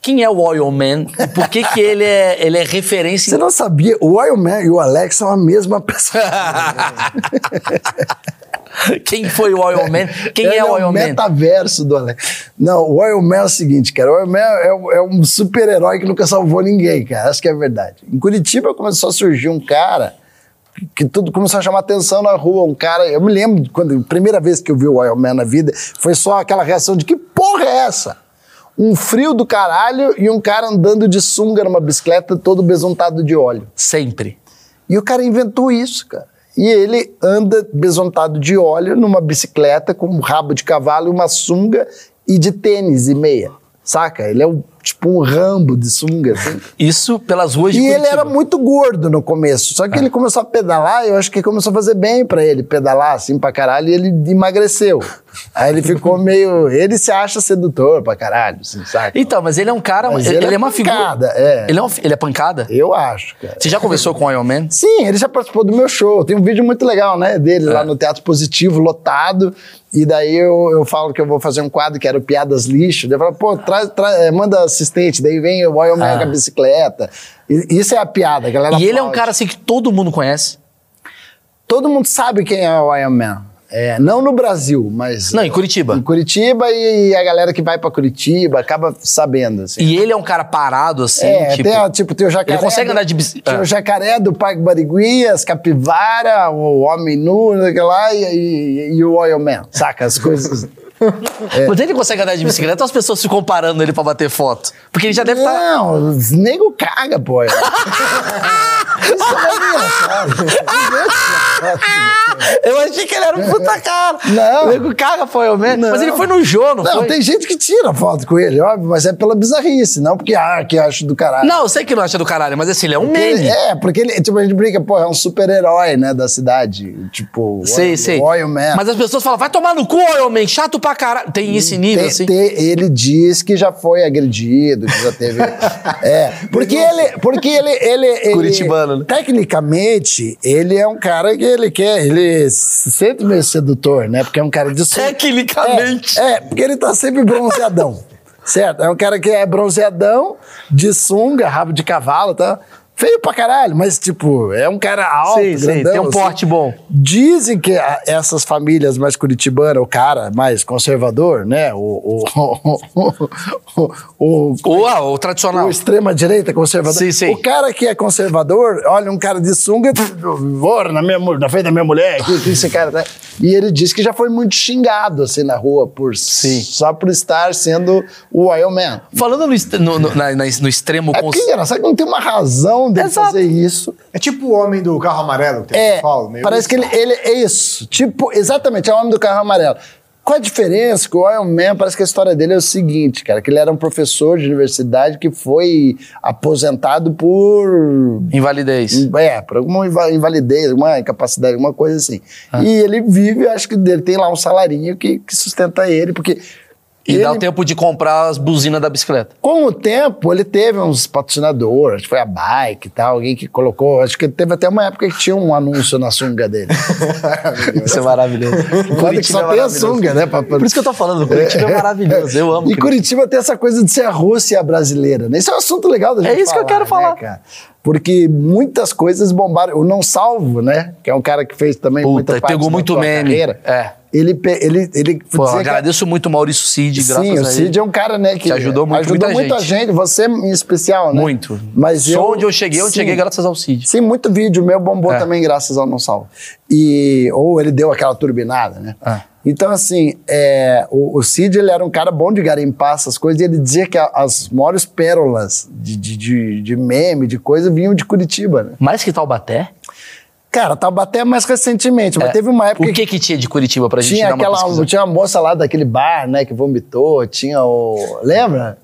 S1: quem é o Oil Man e por que que ele é, ele é referência
S2: Você
S1: em
S2: não sabia? O Oilman e o Alex são a mesma pessoa.
S1: Quem foi o Oil Man? Quem
S2: Ele um
S1: é o
S2: o
S1: Oil Man?
S2: metaverso do Alex. Não, o Oilman é o seguinte, cara. O Oilman é, um- é um super-herói que nunca salvou ninguém, cara. Acho que é verdade. Em Curitiba começou a surgir um cara que- que tudo começou a chamar atenção na rua. Um cara... Eu me lembro, quando a primeira vez que eu vi o Oilman na vida, foi só aquela reação de que porra é essa? Um frio do caralho e um cara andando de sunga numa bicicleta todo besuntado de óleo.
S1: Sempre.
S2: E o cara inventou isso, cara. E ele anda besontado de óleo numa bicicleta com um rabo de cavalo e uma sunga e de tênis e meia. Saca? Ele é um, tipo um rambo de sunga. assim.
S1: Isso pelas ruas
S2: E
S1: de
S2: ele
S1: Curitiba.
S2: era muito gordo no começo, só que ele começou a pedalar e eu acho que começou a fazer bem pra ele pedalar assim pra caralho e ele emagreceu. Aí ele ficou meio. Ele se acha sedutor pra caralho, assim, saca?
S1: Então, mas ele é um cara,
S2: Mas
S1: ele,
S2: ele
S1: ele é
S2: é
S1: uma
S2: pancada,
S1: figura.
S2: é.
S1: Ele é, um, fi- ele é pancada?
S2: Eu acho, cara.
S1: Você já conversou com o Iron Man?
S2: Sim, ele já participou do meu show. Tem um vídeo muito legal, né? Dele
S1: É.
S2: lá no Teatro Positivo, lotado. E daí eu, eu falo que eu vou fazer um quadro que era o Piadas Lixo. Daí eu falo, pô, traz, traz, eh, manda assistente. Daí vem o Oil Man com a bicicleta. E- isso é a piada, a galera.
S1: Ah. E ele é um
S2: aplaude.
S1: cara assim que todo mundo conhece.
S2: Todo mundo sabe quem é o Iron Man. É, não no Brasil, mas.
S1: Não, em Curitiba.
S2: Em Curitiba e a galera que vai pra Curitiba acaba sabendo, assim.
S1: E ele é um cara parado, assim,
S2: É,
S1: tipo.
S2: tem, a- tipo, tem o jacaré.
S1: Ele consegue
S2: do-
S1: andar de bici-
S2: Tem
S1: ah.
S2: o jacaré do Parque Barigui, as capivara, o homem nu, não sei o que lá, e, e- e o Oil Man, saca? As coisas. é.
S1: Mas ele consegue andar de bicicleta ou as pessoas ficam parando ele pra bater foto? Porque ele já deve tá- estar.
S2: Não, os nego caga, pô. Isso é minha, sabe?
S1: Eu achei que ele era um puta cara.
S2: É. Não.
S1: O nego caga foi o mesmo. Mas ele foi no Jô, não,
S2: Não,
S1: foi?
S2: tem gente que tira foto com ele, óbvio, mas é pela bizarrice, não porque, ah, que acho do caralho.
S1: Não, eu sei que não acha do caralho, mas assim, ele é um
S2: Porque
S1: meme.
S2: ele- é, porque ele, tipo, a gente brinca, pô, é um super-herói, né, da cidade. Tipo, o
S1: Sei,
S2: Oil-
S1: sei.
S2: o Oil Man.
S1: Mas as pessoas falam, vai tomar no cu, Iron Man, chato pra caralho. Tem esse nível,
S2: Te-
S1: assim.
S2: te- ele diz que já foi agredido, que já teve. é, porque ele, porque ele, ele, ele-
S1: Curitibano, né?
S2: Tecnicamente, ele é um cara que ele quer, ele se sente meio sedutor, né? Porque é um cara de sunga.
S1: Tecnicamente.
S2: É, é, porque ele tá sempre bronzeadão, certo? É um cara que é bronzeadão, de sunga, rabo de cavalo, tá? Feio pra caralho, mas, tipo, é um cara alto,
S1: Sei, sei,
S2: grandão,
S1: tem um
S2: assim.
S1: porte bom.
S2: Dizem que a- essas famílias mais curitibanas, o cara mais conservador, né? O. O. O. o, o
S1: Ou, ah, o tradicional.
S2: extrema-direita conservador.
S1: Sim, sim.
S2: O cara que é conservador, olha um cara de sunga, vou na, minha, mu- na frente da minha mulher, que, que esse cara tá. E ele diz que já foi muito xingado assim na rua, por,
S1: Sim.
S2: só por estar sendo o Iron Man.
S1: Falando no, est- no, no- na- na- no extremo...
S2: É
S1: cons-
S2: porque é engraçado que não tem uma razão dele
S1: Exato.
S2: fazer isso.
S3: É tipo o homem do carro amarelo que tem em
S2: É,
S3: São Paulo. meio
S2: parece
S3: isso.
S2: que ele, ele é isso. Tipo, exatamente, é o homem do carro amarelo. Qual a diferença? Que o Iron Man, parece que a história dele é o seguinte, cara, que ele era um professor de universidade que foi aposentado por
S1: Invalidez.
S2: é, por alguma inva- invalidez, alguma incapacidade, alguma coisa assim.
S3: Ah.
S2: E ele vive, acho que ele tem lá um salarinho que, que sustenta ele, porque.
S1: E
S2: ele,
S1: dá o tempo de comprar as buzinas da bicicleta.
S2: Com o tempo, ele teve uns patrocinadores, acho que foi a bike e tal, alguém que colocou. Acho que teve até uma época que tinha um anúncio na sunga dele.
S1: Isso é maravilhoso.
S2: Quando que
S1: Curitiba é
S2: só tem a
S1: maravilhoso.
S2: sunga, né? pra- pra-
S1: Por isso que eu tô falando, Curitiba é maravilhoso. Eu amo
S2: E Curitiba tem essa coisa de ser a Rússia e a brasileira, né? Isso é um assunto legal da gente
S1: É isso que eu quero falar.
S2: né, cara? Porque muitas coisas bombaram. O Não Salvo, né? Que é um cara que fez também
S1: Puta,
S2: muita
S1: e
S2: parte
S1: pegou
S2: da
S1: muito
S2: tua
S1: meme.
S2: carreira.
S1: É.
S2: Ele, pe- ele, ele
S1: Pô,
S2: dizia que-
S1: agradeço muito o Maurício Cid, graças
S2: Sim,
S1: a
S2: o
S1: ele.
S2: Cid é um cara, né, que
S1: Que ajudou muito,
S2: ajudou
S1: muita
S2: muita gente. Você em especial, né?
S1: Muito.
S2: Mas
S1: Só onde eu cheguei, eu
S2: Sim.
S1: cheguei graças ao Cid.
S2: Sim, muito vídeo meu bombou
S1: É.
S2: também graças ao Não Salvo. E, ou ele deu aquela turbinada, né?
S1: É.
S2: Então, assim, é, o, o Cid ele era um cara bom de garimpar essas coisas e ele dizia que a- as maiores pérolas de, de, de, de meme, de coisa, vinham de Curitiba, né?
S1: Mais que Taubaté?
S2: Cara, Taubaté mais recentemente, mas
S1: É.
S2: teve uma época
S1: O que que tinha de Curitiba pra gente
S2: Ah, tinha
S1: dar uma
S2: aquela
S1: pesquisa?
S2: tinha uma moça lá daquele bar, né, que vomitou, tinha o lembra?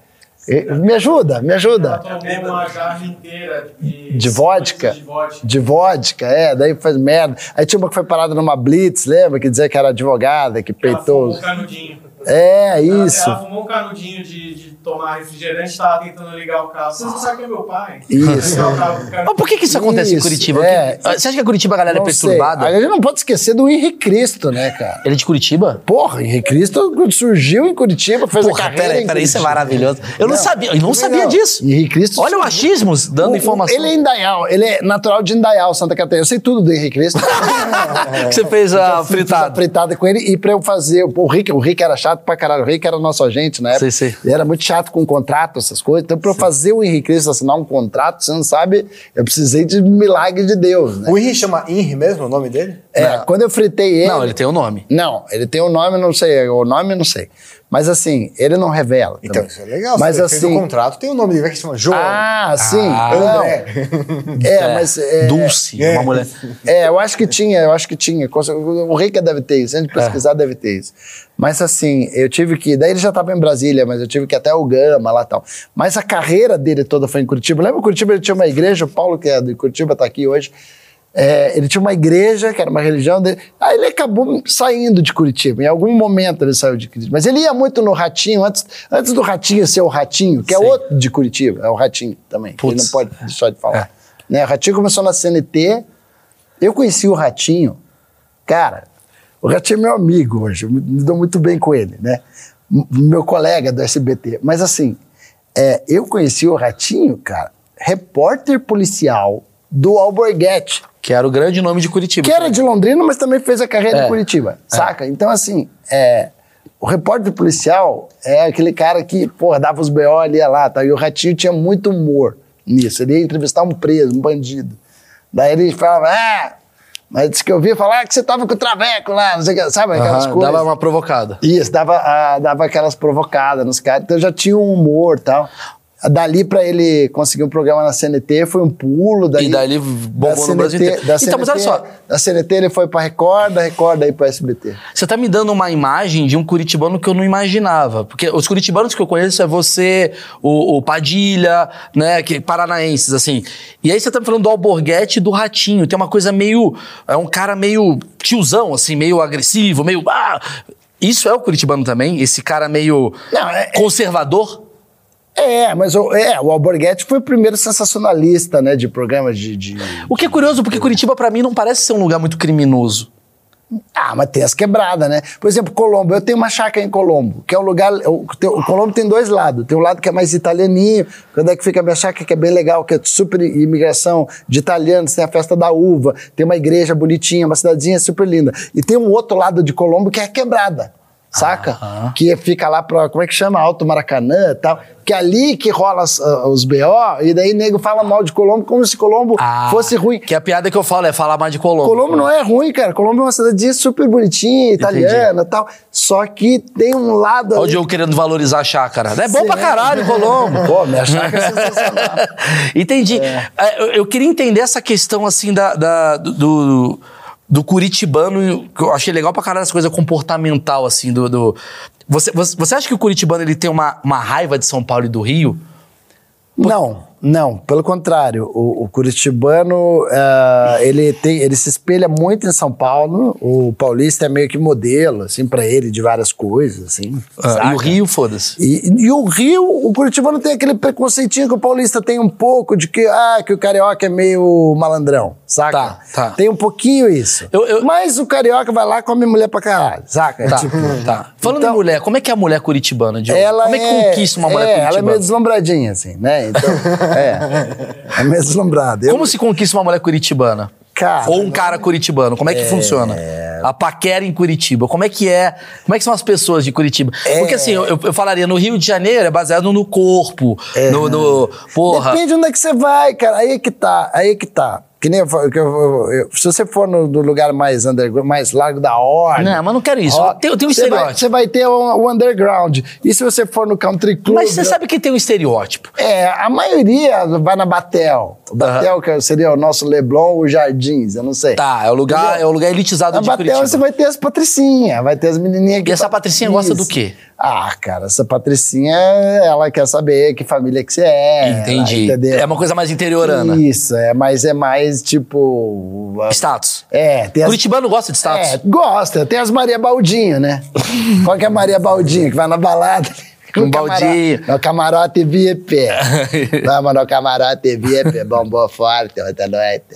S2: E- Me ajuda, me ajuda.
S4: Ela tomou uma jarra inteira de,
S2: De vodka?
S4: De vodka.
S2: De vodka, é, daí faz merda. Aí tinha uma que foi parada numa blitz, lembra? Que dizia que era advogada, que
S4: Ela fumou
S2: peitou.
S4: um canudinho.
S2: É,
S4: Ela-
S2: isso.
S4: Ela, fumou um canudinho de, de tomar refrigerante, tava tentando ligar o carro. Você não sabe quem é meu pai?
S2: Isso.
S4: Ligar o carro pro cara.
S1: Mas por que que isso acontece em
S2: Isso,
S1: Curitiba?
S2: é.
S1: Que- Você acha que a Curitiba a galera é
S2: Não sei.
S1: perturbada?
S2: A gente não pode esquecer do Henrique Cristo, né, cara?
S1: Ele é de Curitiba?
S2: Porra, Henrique Cristo surgiu em Curitiba, fez a
S1: Porra,
S2: carreira
S1: peraí,
S2: em
S1: peraí, isso é
S2: Curitiba.
S1: maravilhoso. Eu não,
S2: Não,
S1: sabia, eu não
S2: também
S1: sabia
S2: não.
S1: disso.
S2: Henrique Cristo
S1: Olha o achismos dando
S2: O- o-
S1: informação.
S2: Ele é indaial, ele é natural de Indaial, Santa Catarina. Eu sei tudo do Henrique Cristo.
S1: que você fez a
S2: fritada.
S1: fritada.
S2: fritada com ele e pra eu fazer. O Rick, o Rick era chato pra caralho. O Rick era nosso agente na época.
S1: Sei, sei.
S2: Ele era muito chato com contrato, essas coisas. Então, pra eu fazer o Henrique Cristo assinar um contrato, você não sabe, eu precisei de milagre de Deus, né?
S3: O Henry chama Henry mesmo, o nome dele?
S2: É, quando eu fritei ele.
S1: Não, ele tem o nome.
S2: Não, ele tem o nome, não sei, o nome não sei. Mas assim, ele não revela.
S3: Então,
S2: também.
S3: isso é legal.
S2: Mas
S3: você
S2: assim.
S3: fez o contrato, tem o nome dele, que chama João.
S2: Ah, sim.
S1: Ah. um
S2: não.
S3: André.
S2: É, mas. é,
S1: Dulce,
S3: é.
S1: uma mulher.
S2: É, eu acho que tinha, eu acho que tinha. Com cer- O Rica deve ter isso, se a gente pesquisar, deve ter isso. Mas assim, eu tive que. Daí ele já estava em Brasília, mas eu tive que ir até o Gama lá e tal. Mas a carreira dele toda foi em Curitiba. Lembra que Curitiba ele tinha uma igreja, o Paulo, que é de Curitiba, está aqui hoje. É, ele tinha uma igreja, que era uma religião dele. Aí ele acabou saindo de Curitiba. Em algum momento ele saiu de Curitiba. Mas ele ia muito no Ratinho, antes, antes do Ratinho ser o Ratinho, que é
S1: Sim.
S2: outro de Curitiba, é o Ratinho também. que Ele
S1: Putz.
S2: não pode deixar de falar. Né, o Ratinho começou na CNT, eu conheci o Ratinho, cara, o Ratinho é meu amigo hoje, eu me dou muito bem com ele, né? M- Meu colega do SBT. Mas assim, é, eu conheci o Ratinho, cara, repórter policial do Alborguete,
S1: Que era o grande nome de Curitiba.
S2: que era de Londrina, mas também fez a carreira
S1: É.
S2: em Curitiba, saca? Então assim, é, o repórter policial é aquele cara que, porra, dava os BO ali, ia lá, tá? e o Ratinho tinha muito humor nisso, ele ia entrevistar um preso, um bandido. Daí ele falava, ah, mas disse que eu vi falar que você tava com o Traveco lá, não sei o que, sabe aquelas
S1: Aham,
S2: coisas.
S1: dava uma provocada.
S2: Isso, dava, ah, dava aquelas provocadas nos caras. Então já tinha um humor e tal. Dali pra ele conseguir um programa na CNT foi um pulo. Dali,
S1: E dali bombou
S2: da
S1: no Brasil inteiro.
S2: Da
S1: Então,
S2: CNT,
S1: mas olha só.
S2: Da CNT ele foi pra Record, da Record aí pra SBT.
S1: Você tá me dando uma imagem de um curitibano que eu não imaginava. Porque os curitibanos que eu conheço é você, o, o Padilha, né? Que, paranaenses, assim. E aí você tá me falando do Alborguete e do Ratinho. Tem uma coisa meio. É um cara meio tiozão, assim, meio agressivo, meio. Ah! Isso é o curitibano também? Esse cara meio
S2: Não, é-
S1: conservador?
S2: É, mas o, é, o Alborguete foi o primeiro sensacionalista, né, de programas de... de-
S1: O que é curioso, porque Curitiba, pra mim, não parece ser um lugar muito criminoso.
S2: Ah, mas tem as quebradas, né? Por exemplo, Colombo. Eu tenho uma chácara em Colombo, que é um lugar. O, tem- o Colombo tem dois lados. Tem um lado que é mais italianinho, quando é que fica a minha chácara, que é bem legal, que é super imigração de italianos, tem a festa da uva, tem uma igreja bonitinha, uma cidadezinha super linda. E tem um outro lado de Colombo que é a quebrada. Saca? Que fica lá pra. Como é que chama? Alto Maracanã e tal. Que é ali que rola as- ah, os BO, e daí nego fala mal de Colombo, como se Colombo
S1: Ah,
S2: fosse ruim.
S1: Que a piada que eu falo é falar mais de Colombo.
S2: Colombo não é ruim, cara. Colombo é uma cidade super bonitinha, italiana e tal. Só que tem um lado.
S1: Olha o
S2: ali-
S1: Diogo querendo valorizar a chácara. É bom
S2: Sim,
S1: pra
S2: né?
S1: caralho, Colombo.
S2: Pô, minha chácara é sensacional.
S1: Entendi. É, Eu, eu queria entender essa questão, assim, da, da- do- do, do curitibano, que eu achei legal pra caralho essa coisa comportamental, assim, do... do- Você, você, você acha que o curitibano, ele tem uma, uma raiva de São Paulo e do Rio?
S2: Não, não. Pelo contrário, o, o curitibano eh, ele tem, ele se espelha muito em São Paulo. O paulista é meio que modelo, assim, para ele de várias coisas, assim.
S1: Ah, e
S2: saca?
S1: o Rio, foda-se.
S2: E, e o Rio, o Curitibano tem aquele preconceitinho que o paulista tem um pouco de que, ah, que o carioca é meio malandrão, saca?
S1: Tá, tá.
S2: Tem um pouquinho isso.
S1: Eu- eu-
S2: Mas o carioca vai lá e come mulher pra caralho, saca?
S1: Tá,
S2: Tipo,
S1: tá. Falando em mulher, como é que é a mulher curitibana, Diogo?
S2: ela
S1: como é que conquista uma
S2: é,
S1: mulher
S2: Ela é
S1: curitibana?
S2: meio deslumbradinha, assim, né? Então, é. É meio deslumbrada. Eu-
S1: Como se conquista uma mulher curitibana?
S2: Cara,
S1: Ou um cara curitibano, como é que funciona? A paquera em Curitiba, como é que é? Como é que são as pessoas de Curitiba?
S2: É.
S1: Porque assim, eu, eu falaria, no Rio de Janeiro é baseado no corpo, no, no- Porra,
S2: É. Depende de onde é que você vai, cara. Aí é que tá, aí é que tá. Que nem eu, fa- que eu- eu- eu- se você for no, no lugar mais underground, mais largo da ordem.
S1: Não, mas não quero isso.
S2: ó,
S1: Tem- tem um
S2: você vai-
S1: estereótipo.
S2: Você vai ter o, o underground. E se você for no country club?
S1: mas você sabe que tem um estereótipo.
S2: É, a maioria vai na Batel. O Batel que seria o nosso Leblon ou Jardins, eu não sei.
S1: Tá, é o lugar, é o lugar elitizado
S2: Na
S1: de
S2: Batel
S1: Curitiba.
S2: você vai ter as patricinhas, vai ter as menininhas que
S1: E essa
S2: tá-
S1: patricinha gosta do quê?
S2: Ah, cara, essa patricinha, ela quer saber que família que você é. ela-
S1: Entendi.
S2: entendeu?
S1: é uma coisa mais interiorana.
S2: Isso, é, mas é mais tipo. a-
S1: Status.
S2: É, tem as.
S1: Curitibano gosta de um status.
S2: É, gosta, tem as Maria Baldinho, né? Qual que é a Maria Baldinho? Que vai na balada.
S1: Com
S2: no camaro-
S1: Um baldinho.
S2: No camarote VIP. Vamos no camarote VIP, bombou forte outra noite.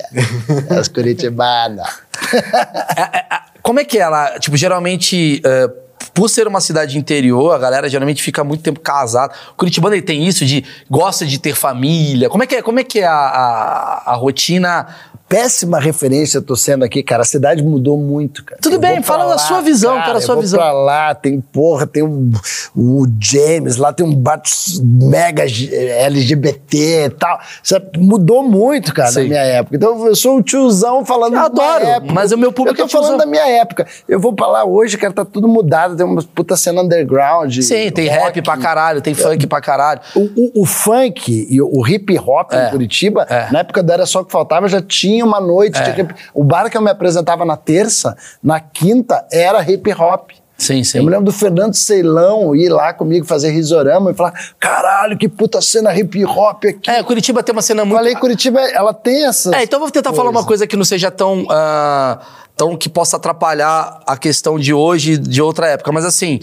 S2: É As curitibanas.
S1: É, é, é, como é que é lá? Tipo, geralmente, é, por ser uma cidade interior, a galera geralmente fica muito tempo casada. O Curitibano ele tem isso de gosta de ter família. Como é que é, como é, que é a, a- a rotina?
S2: Péssima referência eu tô sendo aqui, cara. A cidade mudou muito, cara.
S1: Tudo
S2: Eu
S1: bem,
S2: vou pra
S1: fala da sua visão, cara, a sua
S2: eu vou
S1: visão.
S2: pra lá, tem, porra, tem o, o James, lá tem um bar mega G- LGBT e tal. Isso é- mudou muito, cara,
S1: Sim.
S2: na minha época. Então eu sou o tiozão falando
S1: Eu
S2: da
S1: adoro,
S2: minha época.
S1: mas o meu público
S2: Eu
S1: é
S2: tô falando
S1: tiozão.
S2: da minha época. Eu vou pra lá hoje, cara, tá tudo mudado, tem uma puta cena underground.
S1: Sim, tem rap pra caralho, tem funk pra caralho.
S2: O, o- o funk e o, o hip hop
S1: É,
S2: em Curitiba,
S1: é.
S2: na época da Era Só o Que Faltava, já tinha uma noite de hip O bar que eu me apresentava na terça, na quinta, era hip hop.
S1: Sim, sim.
S2: Eu me lembro do Fernando Ceilão ir lá comigo fazer risorama e falar: caralho, que puta cena hip hop aqui.
S1: É, Curitiba tem uma cena muito.
S2: Falei, Curitiba, ela tem essa.
S1: É, então eu vou tentar falar uma coisa que não seja tão. ah, tão que possa atrapalhar a questão de hoje, de outra época. Mas assim,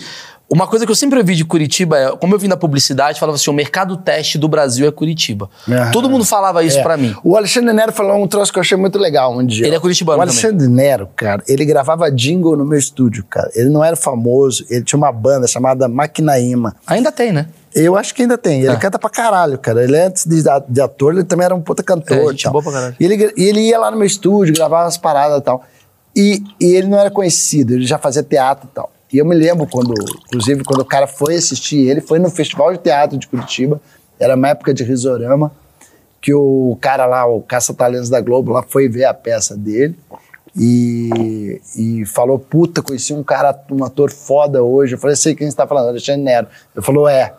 S1: uma coisa que eu sempre ouvi de Curitiba é, como eu vim da publicidade, falava assim: o mercado teste do Brasil é Curitiba.
S2: Ah.
S1: Todo mundo falava isso pra mim.
S2: O Alexandre Nero falou um troço que eu achei muito legal um dia.
S1: Ele é curitibano
S2: O Alexandre Nero, cara, ele gravava jingle no meu estúdio, cara. Ele não era famoso, ele tinha uma banda chamada Maquinaíma.
S1: Ainda tem, né?
S2: Eu acho que ainda tem.
S1: Tá.
S2: Ele canta pra caralho, cara. Ele é antes de, de ator, ele também era um puta
S1: É,
S2: cantor.
S1: gente
S2: e tal.
S1: boa pra caralho.
S2: E ele, gra- e ele ia lá no meu estúdio, gravava as paradas e tal. E, e ele não era conhecido, ele já fazia teatro e tal. E eu me lembro quando, inclusive, quando o cara foi assistir ele, foi no Festival de Teatro de Curitiba, era uma época de Risorama, que o cara lá, o Caça Talentos da Globo, lá foi ver a peça dele e, e falou: Puta, conheci um cara, um ator foda hoje. Eu falei: Sei quem você tá falando, Alexandre Nero. Ele falou: É.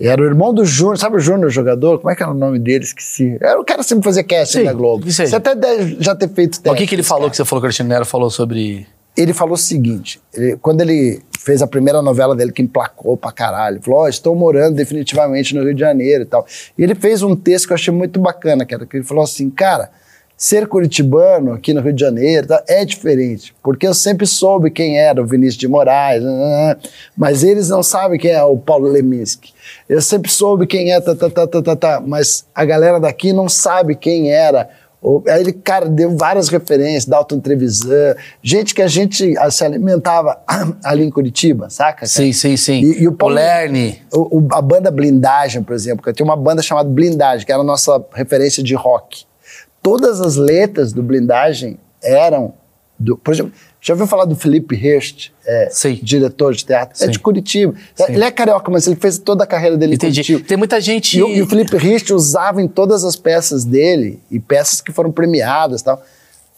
S2: Era o irmão do Júnior, sabe o Júnior, o jogador? Como é que era o nome dele? Esqueci. Era o cara que sempre fazia casting
S1: Sim,
S2: da Globo.
S1: isso aí.
S2: Você até deve já ter feito
S1: Mas
S2: teste.
S1: O que, que ele falou que você falou que o Alexandre Nero falou sobre.
S2: Ele falou o seguinte: ele- quando ele fez a primeira novela dele, que emplacou pra caralho, ele falou: Ó, estou morando definitivamente no Rio de Janeiro e tal. E ele fez um texto que eu achei muito bacana, cara, que ele falou assim: Cara, ser curitibano aqui no Rio de Janeiro tá, é diferente, porque eu sempre soube quem era o Vinícius de Moraes, né, né, né, mas eles não sabem quem é o Paulo Leminski. Eu sempre soube quem é, tá, tá, tá, tá, tá, tá, mas a galera daqui não sabe quem era Ou- Aí ele, cara, deu várias referências, Dalton Trevisan, gente que a gente ah, se alimentava ali em Curitiba, saca? cara?
S1: Sim, sim, sim.
S2: É. E- e o Paulo-
S1: Polerne.
S2: O- o- a banda Blindagem, por exemplo, que eu tenho uma banda chamada Blindagem, que era a nossa referência de rock. Todas as letras do Blindagem eram. Do, por exemplo, já ouviu falar do Felipe Hirst, é,
S1: Sim.
S2: diretor de teatro? É
S1: Sim.
S2: de Curitiba.
S1: Sim.
S2: Ele é carioca, mas ele fez toda a carreira dele em
S1: Entendi.
S2: Curitiba.
S1: Tem muita gente.
S2: E, o- e o Felipe Rist usava em todas as peças dele, e peças que foram premiadas e tal,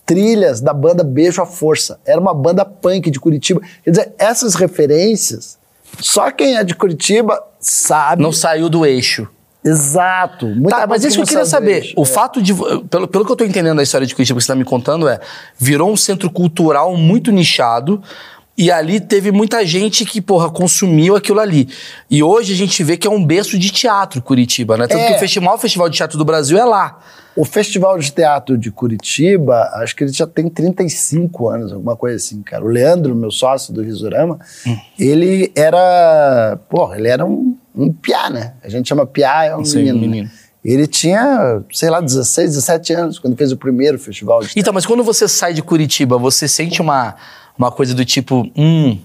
S2: trilhas da banda Beijo à Força. Era uma banda punk de Curitiba. Quer dizer, essas referências, só quem é de Curitiba sabe.
S1: Não saiu do eixo.
S2: Exato. Muita
S1: Tá, mas
S2: coisa
S1: isso que eu queria
S2: não sabe
S1: saber.
S2: hoje.
S1: O fato de. vo- Pelo, pelo que eu tô entendendo da história de Curitiba que você tá me contando, é. Virou um centro cultural muito nichado. E ali teve muita gente que, porra, consumiu aquilo ali. E hoje a gente vê que é um berço de teatro Curitiba, né? Tanto
S2: É.
S1: que o festival, o Festival de Teatro do Brasil é lá.
S2: O Festival de Teatro de Curitiba, acho que ele já tem 35 anos, alguma coisa assim, cara. O Leandro, meu sócio do Risorama,
S1: Hum.
S2: ele era. Porra, ele era um, um piá, né? A gente chama piá, é um
S1: Sim,
S2: menino. né?
S1: menino.
S2: Ele tinha, sei lá, 16, 17 anos, quando fez o primeiro festival de
S1: Então, mas quando você sai de Curitiba, você sente uma, uma coisa do tipo, hum,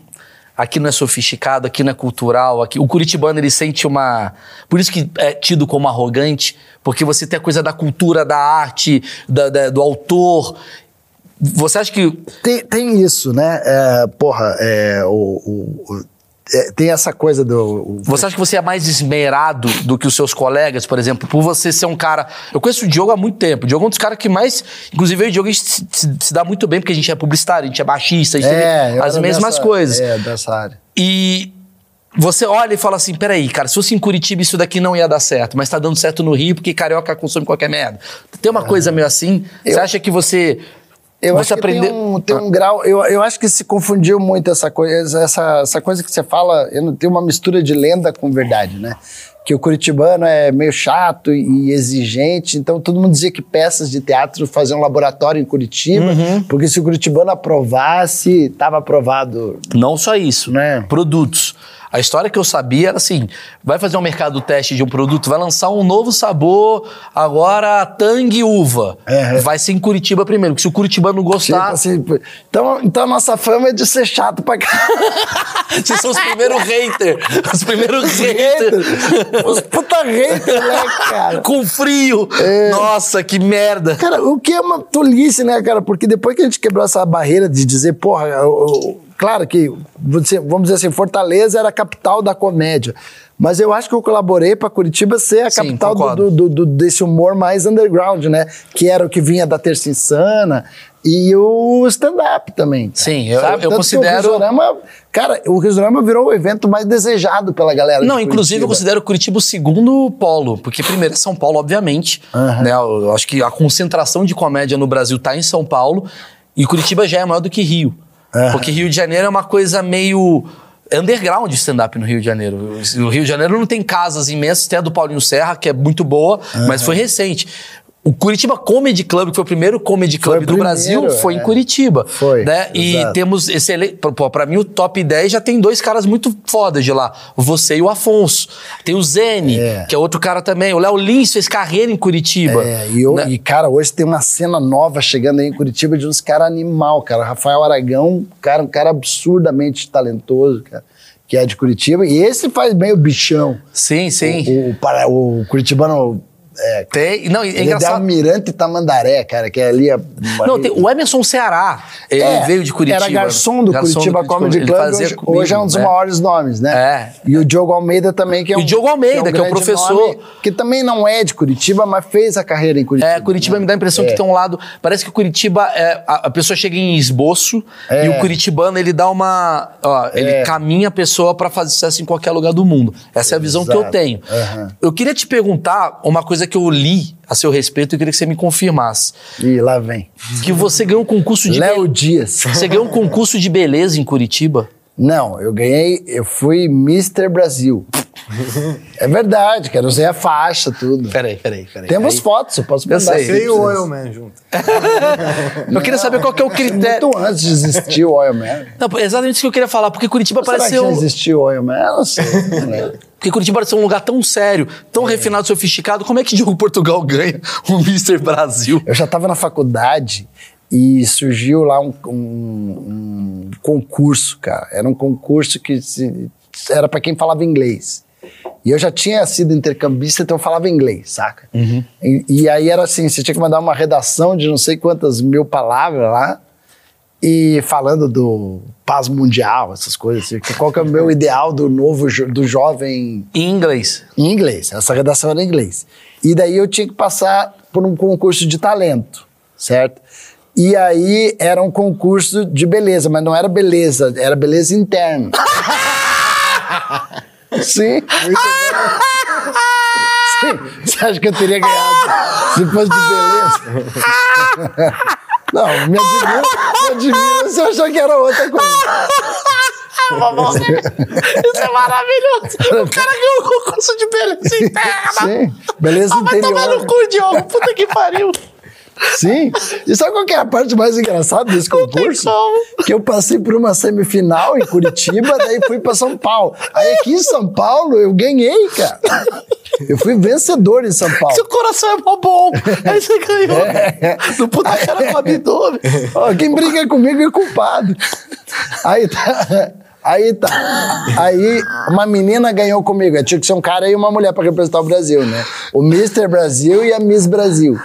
S1: aqui não é sofisticado, aqui não é cultural, aqui... O curitibano, ele sente uma... Por isso que é tido como arrogante, porque você tem a coisa da cultura, da arte, da- da- do autor. Você acha que...
S2: Tem, tem isso, né? É, porra, é, o, o- o- é, tem essa coisa do. o-
S1: Você acha que você é mais esmerado do que os seus colegas, por exemplo? Por você ser um cara. Eu conheço o Diogo há muito tempo. O Diogo é um dos caras que mais. Inclusive, eu e o Diogo a gente se, se- se dá muito bem, porque a gente é publicitário, a gente é baixista, a gente
S2: eu
S1: tem as
S2: era
S1: mesmas
S2: dessa-
S1: coisas.
S2: É, dessa área.
S1: E você olha e fala assim: peraí, cara, se fosse em Curitiba isso daqui não ia dar certo, mas tá dando certo no Rio porque carioca consome qualquer merda. Tem uma coisa meio assim? Você acha que você.
S2: Ah. Eu
S1: você
S2: acho que
S1: aprendeu.
S2: tem um, tem um grau. Eu, eu acho que se confundiu muito essa coisa, essa, essa coisa que você fala. Eu não tenho uma mistura de lenda com verdade, né? Que o curitibano é meio chato e exigente, então todo mundo dizia que peças de teatro faziam um laboratório em Curitiba,
S1: Uhum.
S2: porque se o curitibano aprovasse, estava aprovado.
S1: Não só isso,
S2: Né?
S1: Produtos. A história que eu sabia era assim: vai fazer um mercado teste de um produto, vai lançar um novo sabor, agora tangue uva.
S2: É, é.
S1: Vai ser em Curitiba primeiro, porque se o curitibano
S2: Tipo
S1: gostar,
S2: assim, pô, então, então a nossa fama é de ser chato pra caralho.
S1: vocês são os primeiros haters. Os primeiros haters.
S2: Os puta hater, né, cara? É.
S1: Com frio. Nossa, que merda.
S2: Cara, o que é uma tolice, né, cara? Porque depois que a gente quebrou essa barreira de dizer, porra, o- o- claro que, você- vamos dizer assim, Fortaleza era a capital da comédia. Mas eu acho que eu colaborei pra Curitiba ser a
S1: Sim,
S2: capital do-
S1: concordo.
S2: do, do- do- desse humor mais underground, né? Que era o que vinha da Terça Insana e o stand-up também. cara.
S1: Sim, eu-
S2: Sabe?
S1: eu
S2: que
S1: considero-
S2: o Risorama, cara, o Risorama virou o evento mais desejado pela galera. de
S1: Não, inclusive eu
S2: Curitiba.
S1: considero Curitiba o segundo polo, porque primeiro é São Paulo, obviamente.
S2: Aham.
S1: Né? Eu eu acho que a concentração de comédia no Brasil tá em São Paulo e Curitiba já é maior do que Rio.
S2: Aham.
S1: Porque Rio de Janeiro é uma coisa meio underground de stand-up no Rio de Janeiro. O Rio de Janeiro não tem casas imensas, tem a do Paulinho Serra, que é muito boa, mas foi recente. O Curitiba Comedy Club, que foi o primeiro comedy club
S2: Foi o
S1: do
S2: primeiro,
S1: Brasil, foi em
S2: é.
S1: Curitiba.
S2: Foi,
S1: Né? E
S2: exato.
S1: temos excelente. Pô, pra mim, o top 10 já tem dois caras muito fodas de lá. Você e o Afonso. Tem o Zene,
S2: É.
S1: que é outro cara também. O Léo Lins fez carreira em Curitiba.
S2: É, e, eu-
S1: né?
S2: e, cara, hoje tem uma cena nova chegando aí em Curitiba de uns caras animal, cara. Rafael Aragão, cara, um cara absurdamente talentoso, cara, que é de Curitiba. E esse faz bem o bichão.
S1: Sim, sim.
S2: O, o, para- o curitibano. É,
S1: Tem. Não, é
S2: ele é de
S1: engraçado.
S2: Almirante Tamandaré, cara, que é ali. A,
S1: Não, tem o Emerson Ceará. Ele
S2: É,
S1: veio de Curitiba.
S2: Era garçom do Curitiba Comedy
S1: Ele
S2: Club.
S1: fazia
S2: Hoje,
S1: comigo,
S2: hoje é um dos
S1: né?
S2: maiores nomes, né?
S1: É.
S2: E o Diogo Almeida também, que é
S1: E
S2: um.
S1: o Diogo Almeida, que é um
S2: grande
S1: professor.
S2: nome, que também não é de Curitiba, mas fez a carreira em Curitiba.
S1: É, Curitiba
S2: né?
S1: me dá a impressão
S2: É.
S1: que tem um lado. Parece que Curitiba é. A, a pessoa chega em esboço
S2: É.
S1: e o curitibano ele dá uma. Ó, ele
S2: É.
S1: caminha a pessoa pra fazer sucesso em qualquer lugar do mundo. Essa é a visão que eu
S2: Exato.
S1: tenho.
S2: Aham.
S1: Eu queria te perguntar uma coisa que eu li a seu respeito e eu queria que você me confirmasse.
S2: Ih, lá vem.
S1: Que você ganhou um concurso de. be-
S2: Léo Dias.
S1: Você ganhou um concurso de beleza em Curitiba?
S2: Não, eu ganhei, eu fui Mr. Brasil. é verdade, cara, usei a faixa, tudo.
S1: Peraí, peraí, peraí.
S2: Temos
S1: Aí-
S2: fotos, eu posso
S1: Eu
S2: mandar. assim.
S1: sei.
S2: se
S3: Sei o
S2: quiser.
S3: Oil Man junto.
S1: Eu queria saber qual que é o critério.
S2: Muito antes de existir o Oil Man.
S1: Não, exatamente isso que eu queria falar, porque Curitiba
S2: Será que
S1: pareceu.
S2: já existiu o Oil Man? Eu não sei. não lembro.
S1: Porque Curitiba é um lugar tão sério, tão refinado, sofisticado. Como é que Diogo Portugal ganha o Mr. Brasil?
S2: Eu já estava na faculdade e surgiu lá um, um- um concurso, cara. Era um concurso que se- era para quem falava inglês. E eu já tinha sido intercambista, então eu falava inglês, saca? E, e aí era assim, você tinha que mandar uma redação de não sei quantas mil palavras lá e falando do paz mundial, essas coisas. Assim, que qual que é o meu ideal do novo, jo- do jovem
S1: Em inglês.
S2: em inglês. Essa redação era em inglês. E daí eu tinha que passar por um concurso de talento, certo? E aí era um concurso de beleza, mas não era beleza, era beleza interna. Sim. Sim. Você acha que eu teria ganhado se fosse de beleza? Não, me admira, me admira se eu achar que era outra coisa.
S1: Isso é maravilhoso. O cara ganhou o concurso de beleza
S2: Sim,
S1: Ah,
S2: beleza interior.
S1: cu, Diogo. Puta que pariu.
S2: Sim. E sabe qual que é a parte mais engraçada desse concurso?
S1: como.
S2: Que eu passei por uma semifinal em Curitiba, daí fui pra São Paulo. Aí aqui em São Paulo eu ganhei, cara. Eu fui vencedor em São
S1: Seu
S2: Paulo.
S1: coração é mó bom. Aí você ganhou. No puta cara com abdômen.
S2: Ó, quem briga comigo é culpado. Aí tá. Aí tá. Aí uma menina ganhou comigo. Tinha que ser um cara e uma mulher pra representar o Brasil, né? O Mr. Brasil e a Miss Brasil.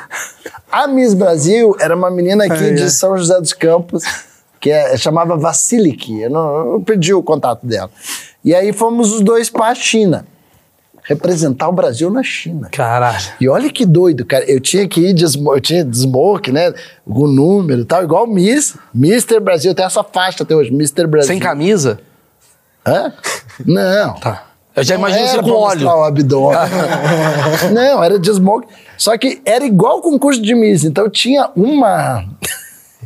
S2: A Miss Brasil era uma menina aqui de São José dos Campos, que é- chamava Vasiliki. Eu, não, eu perdi o contato dela. E aí fomos os dois pra China. Representar o Brasil na China.
S1: Caralho.
S2: E olha que doido, cara. Eu tinha que ir de, smo- eu tinha de smoke, né? Com número e tal, igual o Miss. Mr. Brasil. Tem essa faixa até hoje, Mr. Brasil.
S1: Sem camisa?
S2: Hã? Não.
S1: Tá. Eu já
S2: Não
S1: imagino
S2: era
S1: você com
S2: pra
S1: óleo.
S2: mostrar o abdômen. não, era de smoke. Só que era igual o concurso de Miss. Então tinha uma.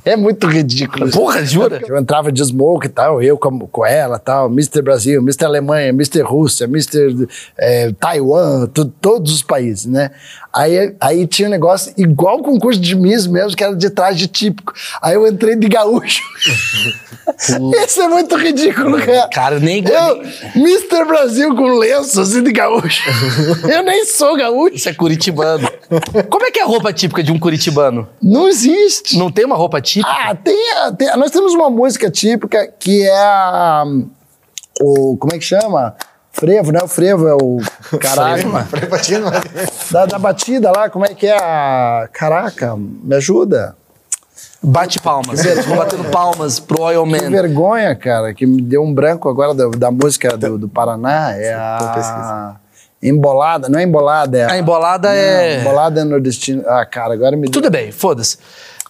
S2: É muito ridículo. isso.
S1: Porra, jura?
S2: Eu entrava de smoke e tal, eu com, com ela tal, Mr. Brasil, Mr. Alemanha, Mr. Rússia, Mr. eh, Taiwan, tu- todos os países, né? Aí, aí tinha um negócio igual o concurso de Miss mesmo, que era de traje típico. Aí eu entrei de gaúcho. Esse é muito ridículo, cara.
S1: Cara, nem-
S2: Eu, Mr. Brasil com lenço, assim, de gaúcho. eu nem sou gaúcho.
S1: Isso é curitibano. Como é que é a roupa típica de um curitibano?
S2: Não existe.
S1: Não tem uma roupa típica?
S2: Ah, tem, a- tem a- Nós temos uma música típica que é a. hum, O, como é que chama? Frevo, né? O frevo é o. Caraca.
S1: Frevo.
S3: Prepatino, mas...
S2: da, da batida lá, como é que é a. Caraca, me ajuda.
S1: Bate palmas. Vou batendo palmas pro Oil
S2: Que
S1: Man.
S2: vergonha, cara, que me deu um branco agora da, da música do, do Paraná. É a. Embolada, não é embolada, é.
S1: A embolada é.
S2: Embolada é nordestina. Ah, cara, agora me deu.
S1: Tudo bem, foda-se.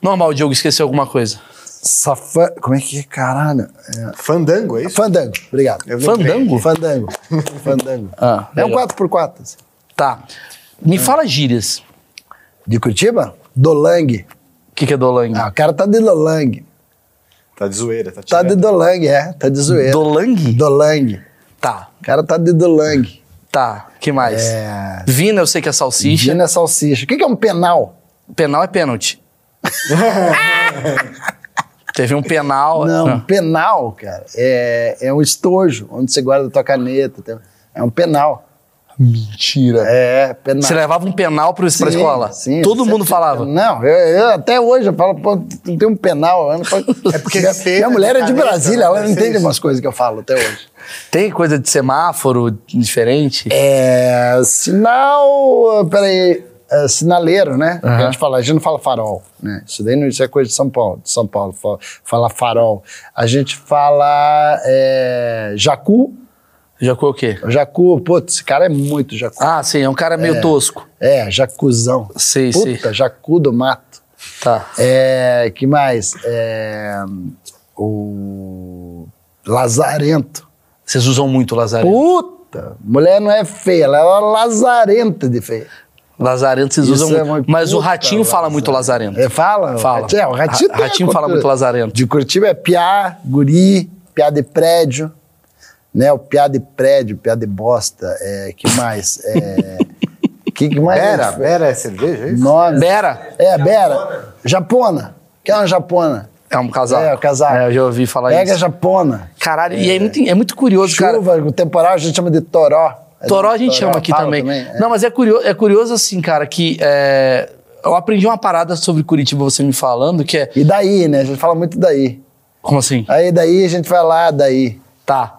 S1: Normal, o Diogo esqueceu alguma coisa.
S2: Safã. Como é que é, caralho? É.
S3: Fandango, é isso?
S2: Fandango, obrigado.
S3: Eu lembrei.
S1: Fandango?
S2: Fandango. Fandango.
S1: Ah,
S2: é um
S1: legal.
S2: 4x4. assim.
S1: Tá.
S2: É.
S1: Me fala gírias.
S2: De Curitiba? Dolang.
S1: O que, que é dolang?
S2: Ah, o cara tá de Dolang.
S3: Tá de zoeira, tá
S2: Tá
S3: tirando.
S2: de Dolang, é. Tá de zoeira.
S1: dolang?
S2: Dolang.
S1: Tá,
S2: O cara tá de Dolang.
S1: tá. que mais?
S2: É.
S1: Vina, eu sei que é salsicha.
S2: Gina salsicha. O que, que é um penal?
S1: Penal é pênalti. Teve um penal.
S2: Não,
S1: Ah.
S2: penal, cara, é, é um estojo onde você guarda a tua caneta. tem- É um penal.
S1: Mentira.
S2: É, penal.
S1: Você levava um penal pro, pra
S2: Sim,
S1: escola?
S2: sim,
S1: Todo
S2: sempre
S1: mundo falava.
S2: Não, eu, eu até hoje eu falo, pô, tu tem um penal. eu não falo-
S3: É porque
S2: minha,
S3: você-
S2: minha mulher é de
S3: caneta,
S2: Brasília,
S3: né?
S2: ela não
S3: Deve ser
S2: entende
S3: isso.
S2: umas coisas que eu falo até hoje.
S1: Tem coisa de semáforo diferente?
S2: É. Sinal. Peraí. é, sinaleiro, né? Que A gente fala, a gente não fala farol, né? Isso daí não isso é coisa de São Paulo. De São Paulo fa- fala farol. A gente fala é, jacu.
S1: Já com o quê?
S2: Jacu, putz, esse cara é muito jacu.
S1: Ah, sim, é um cara meio tosco.
S2: É, jacuzão.
S1: Sei,
S2: Puta,
S1: sei.
S2: jacu do mato.
S1: Tá.
S2: É, que mais? É, o lazarento.
S1: Vocês usam muito lazarento.
S2: Puta, mulher não é feia, ela é uma lazarenta de feia.
S1: Lazarento vocês
S2: Isso
S1: usam.
S2: é uma
S1: muito. mas o
S2: puta
S1: ratinho fala
S2: lazarento.
S1: muito lazarento.
S2: É, fala?
S1: Fala.
S2: O ratinho, é, o ratinho,
S1: Ra-
S2: tem a
S1: ratinho fala
S2: cultura.
S1: muito lazarento.
S2: De Curitiba é piá, guri, piá de prédio, né? O piá de prédio, piá de bosta, é, que mais? É, que, que mais?
S3: Bera, Bera é cerveja, é isso?
S2: Nome.
S1: Bera
S2: É, Bera. Japona. Que é uma japona.
S1: é um casaco.
S2: É, o casaco.
S1: É, eu já ouvi falar
S2: Pega
S1: isso.
S2: japona.
S1: Caralho, e é muito, é muito curioso, cara.
S2: Chuva, o temporal a gente chama de toró.
S1: Toró a gente
S2: Toró
S1: chama aqui
S2: fala
S1: também.
S2: também, é.
S1: Não, mas é curioso, é curioso assim, cara, que é, eu aprendi uma parada sobre Curitiba, você me falando, que é.
S2: E daí, né? A gente fala muito daí.
S1: Como assim?
S2: Aí daí a gente vai lá, daí.
S1: Tá.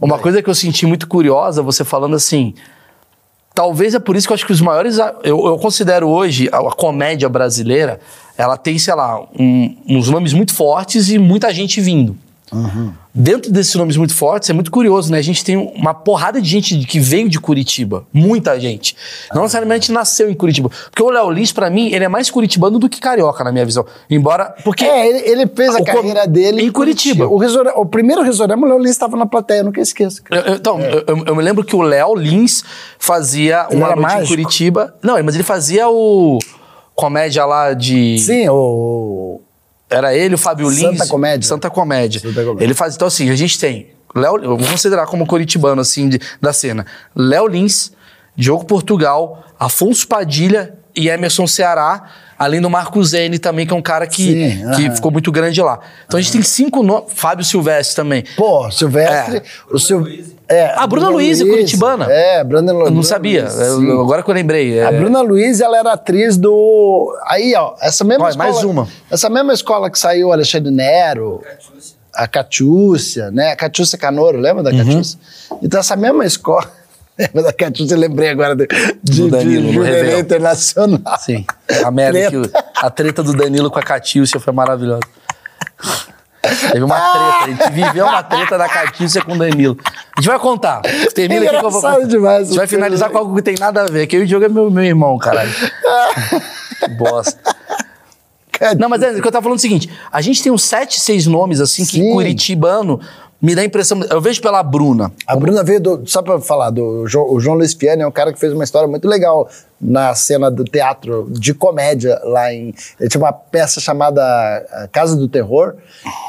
S1: Uma coisa que eu senti muito curiosa, você falando assim. Talvez é por isso que eu acho que os maiores. a- Eu, eu considero hoje a, a comédia brasileira, ela tem, sei lá, um- uns nomes muito fortes e muita gente vindo. Dentro desses nomes muito fortes, é muito curioso, né? A gente tem uma porrada de gente que veio de Curitiba. Muita gente. Não necessariamente nasceu em Curitiba. Porque o Léo Lins, pra mim, ele é mais curitibano do que carioca, na minha visão. Embora. Porque.
S2: É, ele, ele fez
S1: O
S2: a
S1: com-
S2: carreira dele
S1: em Curitiba.
S2: O, Risorama- o primeiro Risorama, o Léo Lins estava na plateia, eu nunca esqueço. cara.
S1: Eu- eu- Então, eu, eu- eu me lembro que o Léo Lins fazia
S2: É. Ele
S1: uma
S2: era
S1: noite em
S2: mágico?
S1: Curitiba. Não, mas ele fazia o. Comédia lá de.
S2: Sim, o.
S1: Era ele, o Fábio
S2: Santa
S1: Lins.
S2: Comédia.
S1: Santa Comédia.
S2: Santa Comédia.
S1: Ele faz. Então, assim, a gente tem. Léo, eu vou considerar como curitibano, assim, de- da cena. Léo Lins, Diogo Portugal, Afonso Padilha e Emerson Ceará, além do Marco Zene também, que é um cara que,
S2: Sim,
S1: que
S2: aham.
S1: ficou muito grande lá. Então a gente tem cinco nomes. Fábio Silvestre também.
S2: Pô, Silvestre.
S1: É.
S2: O Sil...
S4: Luiz.
S2: é,
S1: Ah, Bruna Luiz, curitibana.
S2: É, Bruna Lu-
S1: Eu não
S2: Bruna
S1: sabia.
S2: Luiz,
S1: Eu-
S2: sim.
S1: agora que eu lembrei.
S2: A
S1: é-
S2: Bruna Luiz, ela era atriz do. Aí, ó, essa mesma
S1: Ó,
S2: escola.
S1: mais uma.
S2: Essa mesma escola que saiu o Alexandre Nero, a Catiúcia, né? A Catiúcia Canoro, lembra
S1: Uhum.
S2: da Catiúcia? Então, essa mesma escola. Lembra da Catiúcia? Eu lembrei agora do, de,
S1: Do Danilo,
S2: de
S1: no
S2: Jurerê
S1: Réveillon.
S2: Internacional.
S1: Sim. A merda
S2: Treta.
S1: que o- a treta do Danilo com a Catilcia foi maravilhosa. Teve uma treta, a gente viveu uma treta da Catilcia com o Danilo. A gente vai contar. Termina aqui que eu vou
S2: É Engraçado
S1: contar.
S2: demais,
S1: a gente vai
S2: o filme
S1: finalizar
S2: do-
S1: com algo que tem nada a ver, que eu e o Diogo é meu, meu irmão, caralho. Que Bosta. Não, mas é, o que eu tava falando é o seguinte: a gente tem uns sete, seis nomes assim que
S2: Sim.
S1: curitibano me dá a impressão. Eu vejo pela Bruna.
S2: A Bruna veio do. Só pra falar, do João, o João Luiz Piani é um cara que fez uma história muito legal na cena do teatro de comédia lá em. Ele tinha uma peça chamada ah, Casa do Terror,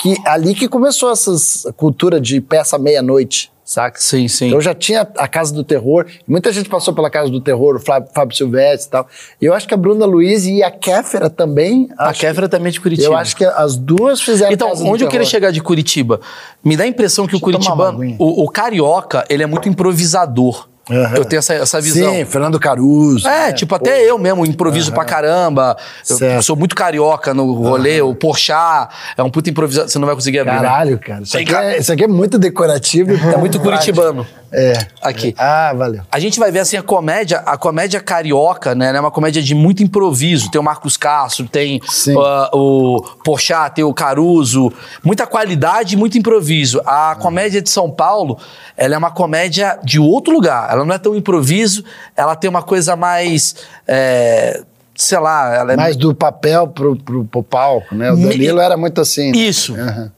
S2: que ali que começou essa cultura de peça meia-noite. Saca?
S1: Sim, sim.
S2: Então já tinha a Casa do Terror. Muita gente passou pela Casa do Terror, o Flá- Fábio Silvestre e tal. E eu acho que a Bruna Luiz e a Kéfera também.
S1: A
S2: acho-
S1: Kéfera também é de Curitiba.
S2: Eu acho que as duas fizeram
S1: Então,
S2: Casa do
S1: onde eu queria
S2: Terror.
S1: chegar de Curitiba? Me dá a impressão que o
S2: Deixa eu tomar uma
S1: Curitibano,
S2: aguinha.
S1: o, o carioca, ele é muito improvisador. Eu tenho essa, essa visão.
S2: Sim, Fernando Caruso.
S1: É,
S2: né?
S1: tipo, até eu mesmo improviso pra caramba. Eu
S2: Certo.
S1: sou muito carioca no rolê, o Porchat é um puta improvisador. Você não vai conseguir abrir. né?
S2: Caralho, cara. Isso
S1: Vem
S2: aqui,
S1: cá.
S2: é, isso aqui é muito decorativo. e
S1: É muito
S2: prático.
S1: curitibano.
S2: É.
S1: Aqui.
S2: Ah, valeu.
S1: A gente vai ver assim a comédia, a comédia carioca, né? ela É uma comédia de muito improviso. Tem o Marcos Castro, tem
S2: Sim.
S1: ah, o Porchat, tem o Caruso, muita qualidade, e muito improviso. A comédia de São Paulo, ela é uma comédia de outro lugar. Ela não é tão improviso, ela tem uma coisa mais, é, sei lá, ela é
S2: Mas do papel pro, pro, pro palco, né? O
S1: Me-
S2: Danilo era muito assim. né?
S1: isso.
S2: Aham.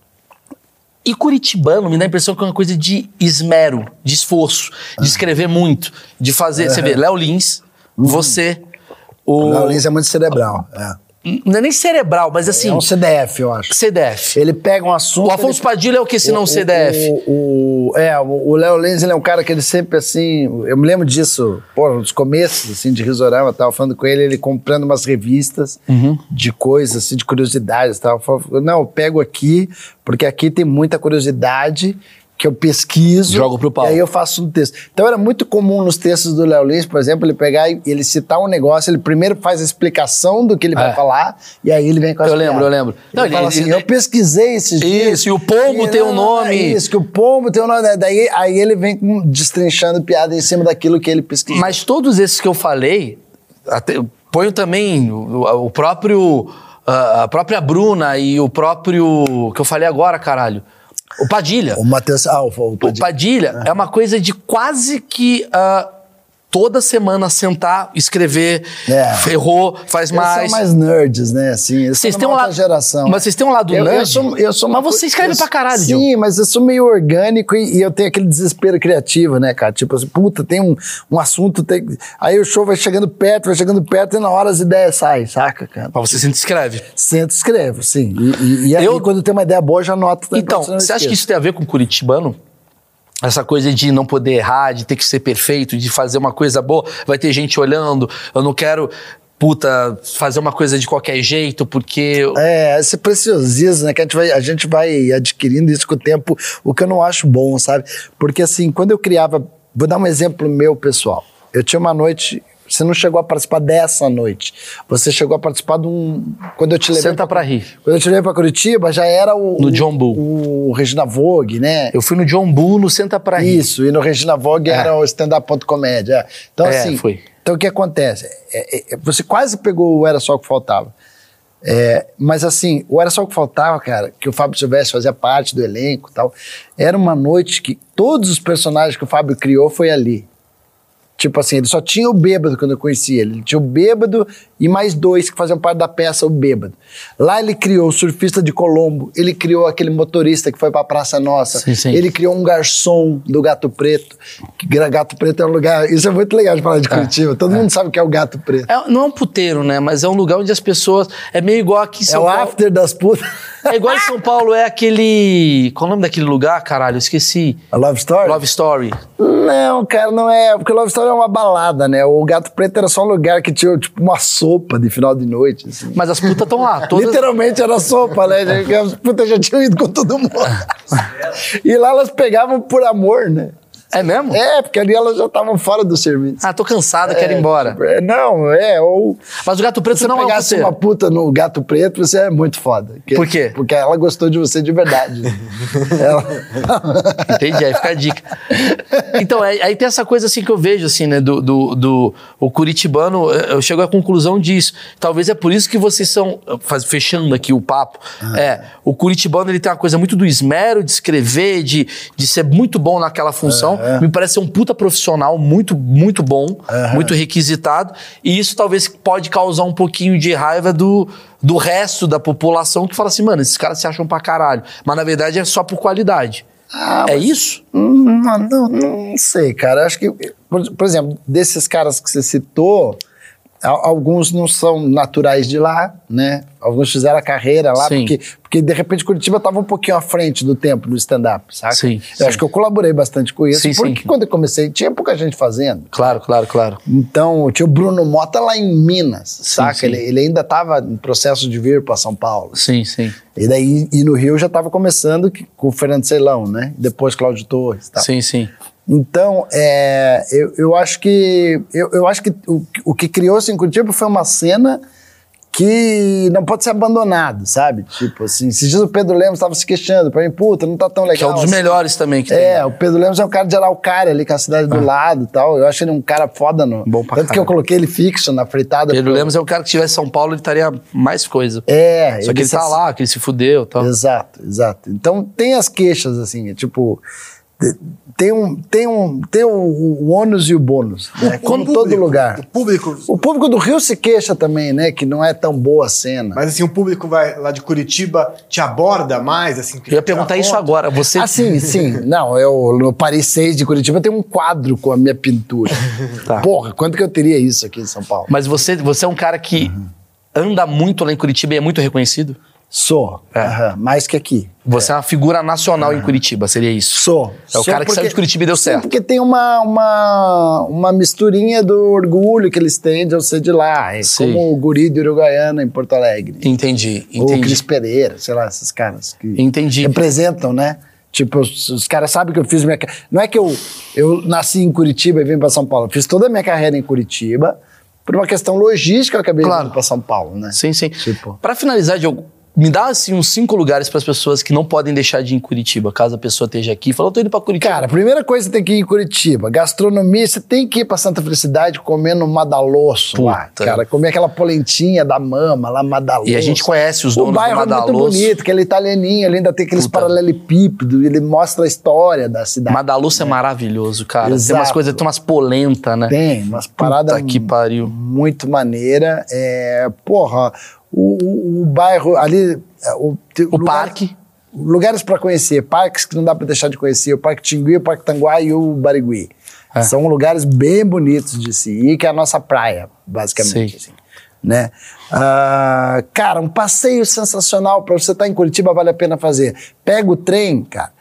S1: E curitibano me dá a impressão que é uma coisa de esmero, de esforço,
S2: Ah.
S1: de escrever muito, de fazer. Você vê, Léo Lins, você.
S2: O
S1: O,
S2: Uhum. Léo Lins é muito cerebral. É.
S1: não é nem cerebral, mas assim,
S2: é um CDF, eu acho.
S1: CDF.
S2: Ele pega um assunto.
S1: O Afonso Padilha é o que se não
S2: o-
S1: CDF?
S2: O, o- é, o o Léo Lenz ele é um cara que ele sempre assim. Eu me lembro disso, pô, nos começos assim, de Risorama, eu tava falando com ele, ele comprando umas revistas
S1: Uhum.
S2: de coisas, assim, de curiosidades. e Tava falando, não, eu pego aqui, porque aqui tem muita curiosidade. Que eu pesquiso.
S1: Jogo pro pau.
S2: E aí eu faço um texto. Então era muito comum nos textos do Léo Lins, por exemplo, ele pegar e ele citar um negócio, ele primeiro faz a explicação do que ele vai
S1: É.
S2: falar, e aí ele vem com as
S1: Eu lembro,
S2: piadas.
S1: eu lembro. Não,
S2: Ele
S1: ele-
S2: fala assim,
S1: ele-
S2: eu pesquisei esses dias.
S1: Isso, e o pombo tem um nome.
S2: Isso, que o pombo tem um nome. né? Daí aí ele vem com- destrinchando piada em cima daquilo que ele pesquisou.
S1: Mas todos esses que eu falei, até, eu ponho também o, o próprio. A a própria Bruna e o próprio. que eu falei agora, caralho. O Padilha.
S2: o Matheus ah, Alfa, o
S1: O Padilha é uma coisa de quase que ah, toda semana sentar, escrever,
S2: É.
S1: errou, faz
S2: Eles
S1: mais.
S2: são mais nerds, né? Assim, eles
S1: Vocês
S2: são
S1: têm um
S2: uma
S1: lado.
S2: outra geração.
S1: Mas vocês têm um lado
S2: eu,
S1: nerd.
S2: eu sou, eu sou
S1: mas
S2: uma-
S1: você escreve
S2: eu-
S1: pra caralho, Diogo.
S2: Sim, mas eu sou meio orgânico e, e eu tenho aquele desespero criativo, né, cara? Tipo assim, puta, tem um, um assunto. Tem... Aí o show vai chegando perto, vai chegando perto e na hora as ideias saem, saca, cara?
S1: Mas você sempre escreve.
S2: Senta e escrevo, sim. E, e, e aí,
S1: Eu-
S2: quando tem uma ideia boa, eu já anoto. também pra
S1: Então,
S2: não
S1: você acha que
S2: esquecer.
S1: isso tem a ver com o curitibano? Essa coisa de não poder errar, de ter que ser perfeito, de fazer uma coisa boa, vai ter gente olhando, eu não quero, puta, fazer uma coisa de qualquer jeito, porque.
S2: É, esse preciosismo, né? Que a gente, vai, a gente vai adquirindo isso com o tempo, o que eu não acho bom, sabe? Porque assim, quando eu criava Vou dar um exemplo meu, pessoal. Eu tinha uma noite. Você não chegou a participar dessa noite. Você chegou a participar de um. Quando eu te levei.
S1: Senta pra rir.
S2: Quando eu te levei pra Curitiba, já era o.
S1: No John
S2: O, o Regina Vogue, né?
S1: Eu fui no John Bull, no Senta pra rir.
S2: Isso, e no Regina Vogue era o stand-up.comédia. é. Então,
S1: É,
S2: assim.
S1: foi.
S2: Então, o que acontece? É, é, é, você quase pegou o Era Só o que Faltava. É, mas, assim, o Era Só o que Faltava, cara, que o Fábio Silvestre fazia parte do elenco e tal, era uma noite que todos os personagens que o Fábio criou foi ali. Tipo assim, ele só tinha o bêbado quando eu conheci ele. Ele tinha o bêbado e mais dois que faziam parte da peça, o bêbado. Lá ele criou o surfista de Colombo, ele criou aquele motorista que foi pra Praça Nossa,
S1: Sim, sim.
S2: ele criou um garçom do Gato Preto. Que gra- Gato Preto é um lugar. Isso é muito legal de falar de Curitiba. Todo mundo sabe o que é o Gato Preto.
S1: É, não é um puteiro, né? Mas é um lugar onde as pessoas. É meio igual aqui em
S2: É
S1: São
S2: o
S1: Paulo.
S2: after das putas.
S1: É igual em São Paulo, é aquele. Qual é o nome daquele lugar, caralho? Eu esqueci.
S2: A Love Story?
S1: Love Story.
S2: Não, cara, não é. Porque Love Story é uma balada, né? O Gato Preto era só um lugar que tinha, tipo, uma sopa de final de noite. assim.
S1: Mas as putas estão lá. Todas...
S2: Literalmente era sopa, né? Porque As putas já tinham ido com todo mundo. e lá elas pegavam por amor, né?
S1: É mesmo?
S2: É, porque ali elas já estavam fora do serviço.
S1: Ah, tô cansado, quero ir embora.
S2: Tipo, é, não, é, ou.
S1: Mas o gato
S2: Se
S1: preto
S2: você
S1: não é um
S2: pegasse
S1: puteiro.
S2: uma puta no gato preto, você é muito foda. Porque-
S1: Por quê?
S2: Porque ela gostou de você de verdade. Ela-
S1: Entendi, aí fica a dica. Então, aí, aí tem essa coisa assim que eu vejo, assim, né, do, do, do- o curitibano, eh, eu chego à conclusão disso. Talvez é por isso que vocês são, eh, faz- fechando aqui o papo, é, o curitibano, ele tem uma coisa muito do esmero, de escrever, de, de ser muito bom naquela função, me parece ser um puta profissional, muito, muito bom, muito requisitado, e isso talvez pode causar um pouquinho de raiva do... Do resto da população que fala assim, mano, esses caras se acham pra caralho. Mas na verdade é só por qualidade. é isso?
S2: Hum, Não, não, não sei, cara. Eu Acho que, por, por exemplo, desses caras que você citou, a- alguns não são naturais de lá, né? Alguns fizeram a carreira lá,
S1: Sim.
S2: porque, porque de repente Curitiba estava um pouquinho à frente do tempo do stand-up, sabe?
S1: Sim,
S2: Eu
S1: sim.
S2: acho que eu colaborei bastante com isso,
S1: Sim, sim.
S2: porque quando eu comecei tinha pouca gente fazendo.
S1: Claro, claro, claro.
S2: Então, tinha o Bruno Mota lá em Minas, saca?
S1: sim.
S2: Ele, ele ainda estava em processo de vir para São Paulo.
S1: Sim, sim.
S2: E daí, e no Rio já estava começando que- com o Fernando Ceilão, né? Depois Cláudio Torres. e Tal.
S1: Sim, sim.
S2: Então, é, eu, eu acho que, eu, eu acho que o, o que criou-se em Curitiba foi uma cena que não pode ser abandonado, sabe? Tipo assim, esses dias o Pedro Lemos estava se queixando para mim, puta, não tá tão legal.
S1: Que é um dos
S2: assim.
S1: melhores também que
S2: É,
S1: tem. né? Ah.
S2: o Pedro Lemos é um cara de Araucária ali, com a cidade do lado e tal. Eu acho ele um cara foda. No...
S1: Bom pra
S2: Tanto que eu
S1: caralho.
S2: coloquei ele fixo na fritada.
S1: Pedro Lemos é o cara que tivesse São Paulo, ele estaria mais coisa.
S2: É,
S1: Só que ele
S2: se-
S1: tá lá, que ele se fudeu e tal.
S2: Exato, exato. Então tem as queixas, assim, é tipo. te- Tem, um, tem, um, tem o, o ônus e o bônus, né? Como
S3: o
S2: todo
S3: É público-
S2: lugar.
S3: O público.
S2: O público do Rio se queixa também, né? Que não é tão boa a cena.
S3: Mas assim, o público vai lá de Curitiba te aborda mais, assim.
S1: Eu ia perguntar isso agora. Você.
S2: Assim, sim. Não, eu no Paris 6 de Curitiba tem um quadro com a minha pintura.
S1: Tá.
S2: Porra, quanto que eu teria isso aqui em São Paulo?
S1: Mas você, você é um cara que anda muito lá em Curitiba e é muito reconhecido?
S2: Sou.
S1: É.
S2: Aham, mais que aqui.
S1: Você é, Ah. uma figura nacional em Curitiba, seria isso?
S2: Sou.
S1: É o
S2: Sou
S1: cara que saiu de Curitiba e deu
S2: Sim,
S1: certo.
S2: porque tem uma, uma, uma misturinha do orgulho que eles têm de eu ser de lá. É
S1: Sim.
S2: como o guri de Uruguaiana em Porto Alegre.
S1: Entendi, É
S2: Ou o Cris
S1: entendi.
S2: Pereira, sei lá, esses caras que
S1: Entendi.
S2: representam, né? Tipo, os, os caras sabem que eu fiz minha... ca- Não é que eu, eu nasci em Curitiba e vim para São Paulo. Eu fiz toda a minha carreira em Curitiba. Por uma questão logística, eu acabei
S1: Claro.
S2: vindo para São Paulo, né?
S1: Sim, sim.
S2: Tipo-
S1: Pra finalizar, Diogo, me dá assim uns cinco lugares para as pessoas que não podem deixar de ir em Curitiba, caso a pessoa esteja aqui. Falou, tô indo pra Curitiba.
S2: Cara, a primeira coisa que você tem que ir em Curitiba, gastronomia, você tem que ir pra Santa Felicidade comer no Madalosso lá,
S1: Puta.
S2: cara. Comer aquela polentinha da mama lá, Madalosso.
S1: E a gente conhece os donos
S2: O
S1: do
S2: bairro é muito
S1: Madalosso.
S2: bonito, que ele é italianinho, ele ainda tem aqueles
S1: Puta.
S2: paralelepípedos, ele mostra a história da cidade.
S1: Madalosso é maravilhoso, cara. Tem umas
S2: Exato.
S1: coisas, tem umas polenta, né?
S2: Tem umas paradas
S1: Puta que pariu.
S2: muito maneira. É, porra, o, o- o bairro ali... é, O, tem
S1: O
S2: lugar-
S1: parque.
S2: Lugares para conhecer, parques que não dá para deixar de conhecer, o Parque Tingui, o Parque Tanguá e o Barigui.
S1: É.
S2: São lugares bem bonitos de se ir, que é a nossa praia, basicamente.
S1: Sei.
S2: assim, né? Ah, cara, um passeio sensacional para você estar em Curitiba, vale a pena fazer. Pega o trem, cara.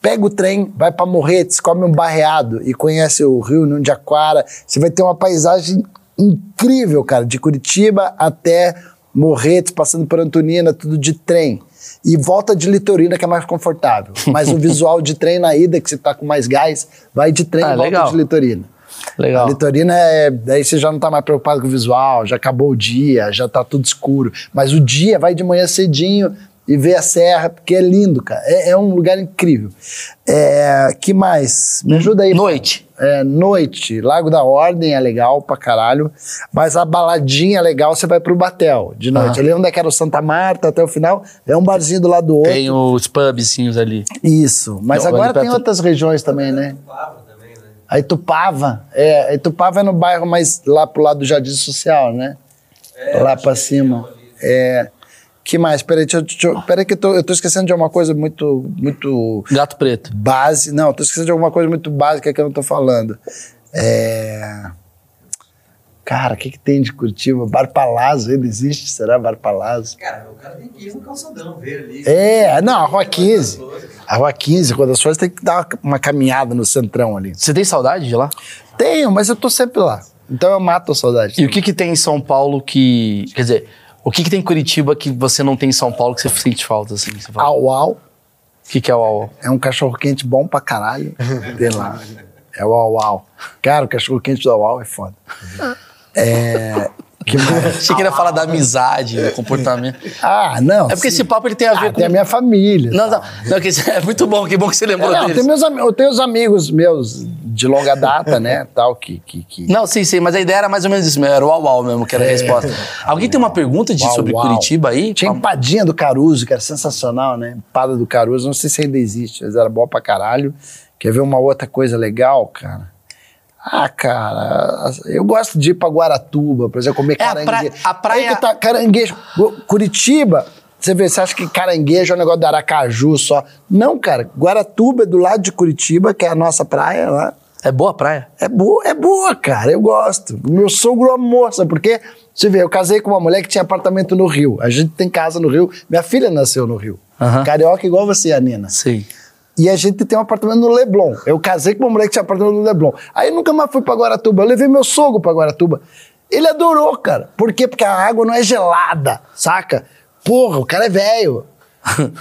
S2: Pega o trem, vai para Morretes, come um barreado e conhece o Rio Nundiaquara. Você vai ter uma paisagem incrível, cara, de Curitiba até Morretes, passando por Antonina, tudo de trem. E volta de litorina, que é mais confortável. Mas o visual de trem na ida, que você tá com mais gás, vai de trem
S1: Ah,
S2: e volta
S1: legal.
S2: de litorina. A
S1: Legal.
S2: litorina é. Daí você já não tá mais preocupado com o visual, já acabou o dia, já tá tudo escuro. Mas o dia vai de manhã cedinho e vê a serra, porque é lindo, cara. É, é um lugar incrível. É, que mais? Me ajuda aí.
S1: Noite.
S2: É, noite, Lago da Ordem é legal pra caralho, mas a baladinha é legal você vai pro Batel de noite.
S1: Ah.
S2: Ali onde é que era o Santa Marta até o final, é um barzinho do lado do outro.
S1: Tem os pubzinhos ali.
S2: Isso, mas
S1: Não,
S2: agora
S1: Então, ali perto-
S2: tem outras regiões também, né? A Itupava, é, a Itupava é no bairro mais lá pro lado do Jardim Social, né? lá pra cima. É, que mais? Peraí, deixa, eu- deixa, eu- peraí que eu tô, eu tô esquecendo de uma coisa muito, muito
S1: Gato Preto.
S2: base. Não, tô esquecendo de alguma coisa muito básica que eu não tô falando. É. Cara, o que, que tem de Curitiba? Bar Palazzo, ainda existe? Será Bar Palazzo?
S5: Cara, o cara tem que ir no calçadão, ver ali.
S2: É, não, a Rua 15. A Rua 15, Rua das Flores, tem que dar uma caminhada no centrão ali.
S1: Você tem saudade de lá?
S2: Tenho, mas eu tô sempre lá. Então eu mato a saudade.
S1: E o que que tem em São Paulo que... Quer dizer, o que que tem em Curitiba que você não tem em São Paulo que você sente falta, assim? Você fala,
S2: Au Au
S1: O que que é o au, au?
S2: é um cachorro-quente bom pra caralho. Tem lá. É o Au Au. Cara, o cachorro-quente do Au Au é foda. É. Que mais?
S1: Achei que ele ia falar da amizade, do comportamento.
S2: Ah, não.
S1: É porque
S2: sim.
S1: esse papo ele tem a ver
S2: Ah,
S1: com...
S2: tem a minha família.
S1: Não, não, não, que isso é muito bom, que bom que você
S2: É,
S1: lembrou
S2: não,
S1: deles.
S2: tem meus, ami- eu tenho os amigos meus de longa data, né? Tal, que. que, que-
S1: Não, sim, sim, mas a ideia era mais ou menos isso, mesmo, era o uau, uau mesmo,
S2: É.
S1: que era a resposta. Alguém tem uma pergunta de,
S2: Uau,
S1: sobre
S2: uau.
S1: Curitiba aí?
S2: Tinha empadinha do Caruso, que era sensacional, né? Empada do Caruso, não sei se ainda existe, mas era boa pra caralho. Quer ver uma outra coisa legal, cara? Ah, cara, eu gosto de ir pra Guaratuba, por exemplo, comer
S1: É, a
S2: caranguejo.
S1: pra- a praia-
S2: Aí que tá, caranguejo. Gu- Curitiba, você vê, você acha que caranguejo é um negócio do Aracaju só. Não, cara, Guaratuba é do lado de Curitiba, que é a nossa praia lá.
S1: É boa a praia?
S2: É boa, é boa, cara. Eu gosto. Meu sogro amou, sabe por quê? Você vê, eu casei com uma mulher que tinha apartamento no Rio. A gente tem casa no Rio. Minha filha nasceu no Rio.
S1: Aham.
S2: Carioca igual você, a Nina.
S1: Sim.
S2: E a gente tem um apartamento no Leblon. Eu casei com uma mulher que tinha apartamento no Leblon. Aí eu nunca mais fui pra Guaratuba. Eu levei meu sogro pra Guaratuba. Ele adorou, cara. Por quê? Porque a água não é gelada, saca? Porra, o cara é velho.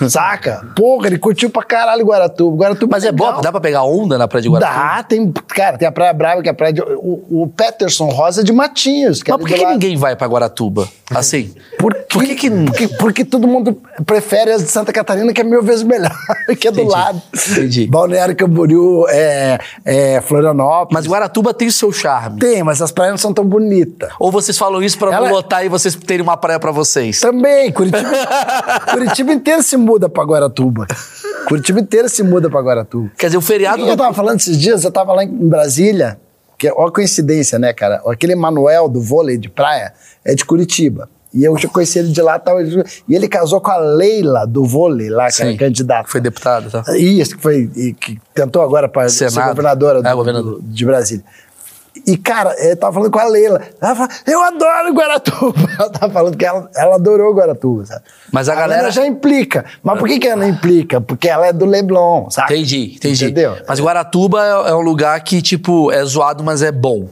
S2: Saca? Porra, ele curtiu pra caralho Guaratuba. Guaratuba
S1: Mas é
S2: legal.
S1: boa, dá pra pegar onda na praia de Guaratuba?
S2: Dá, Ah, tem. Cara, tem a Praia Brava, que é a praia de. O, o Peterson Rosa é de Matinhos. Que
S1: Mas
S2: é
S1: por
S2: do
S1: que
S2: lado-
S1: ninguém vai pra Guaratuba? Assim?
S2: Por que,
S1: Por que que-
S2: porque, porque todo mundo prefere as de Santa Catarina, que é mil vezes melhor, que é do
S1: Entendi,
S2: lado.
S1: entendi.
S2: Balneário Camboriú, é, é, Florianópolis.
S1: Mas Guaratuba tem o seu charme.
S2: tem, mas as praias não são tão bonitas.
S1: Ou vocês falam isso pra
S2: Ela- é-
S1: lotar e vocês terem uma praia pra vocês?
S2: Também, Curitiba, Curitiba inteiro se muda pra Guaratuba. Curitiba inteiro se muda pra Guaratuba.
S1: Quer dizer, o
S2: O
S1: feriado...
S2: que eu tava falando esses dias? Eu tava lá em Brasília, que é uma coincidência, né, cara? Aquele Manuel do vôlei de praia é de Curitiba. E eu já conheci ele de lá tal. E ele casou com a Leila do vôlei lá, que era
S1: Sim,
S2: candidata.
S1: Foi deputado, tá?
S2: Isso, que foi. e que tentou agora para ser
S1: Senado.
S2: governadora do-
S1: É, governador.
S2: do- de Brasília. E, cara, eu tava falando com a Leila. Ela fala, eu adoro Guaratuba. Ela tava falando que ela, ela adorou Guaratuba, sabe?
S1: Mas a galera-
S2: já implica. Mas por que, que ela não implica? Porque ela é do Leblon, sabe?
S1: Entendi, entendi.
S2: Entendeu?
S1: Mas Guaratuba é, é um lugar que, tipo, é zoado, mas é bom.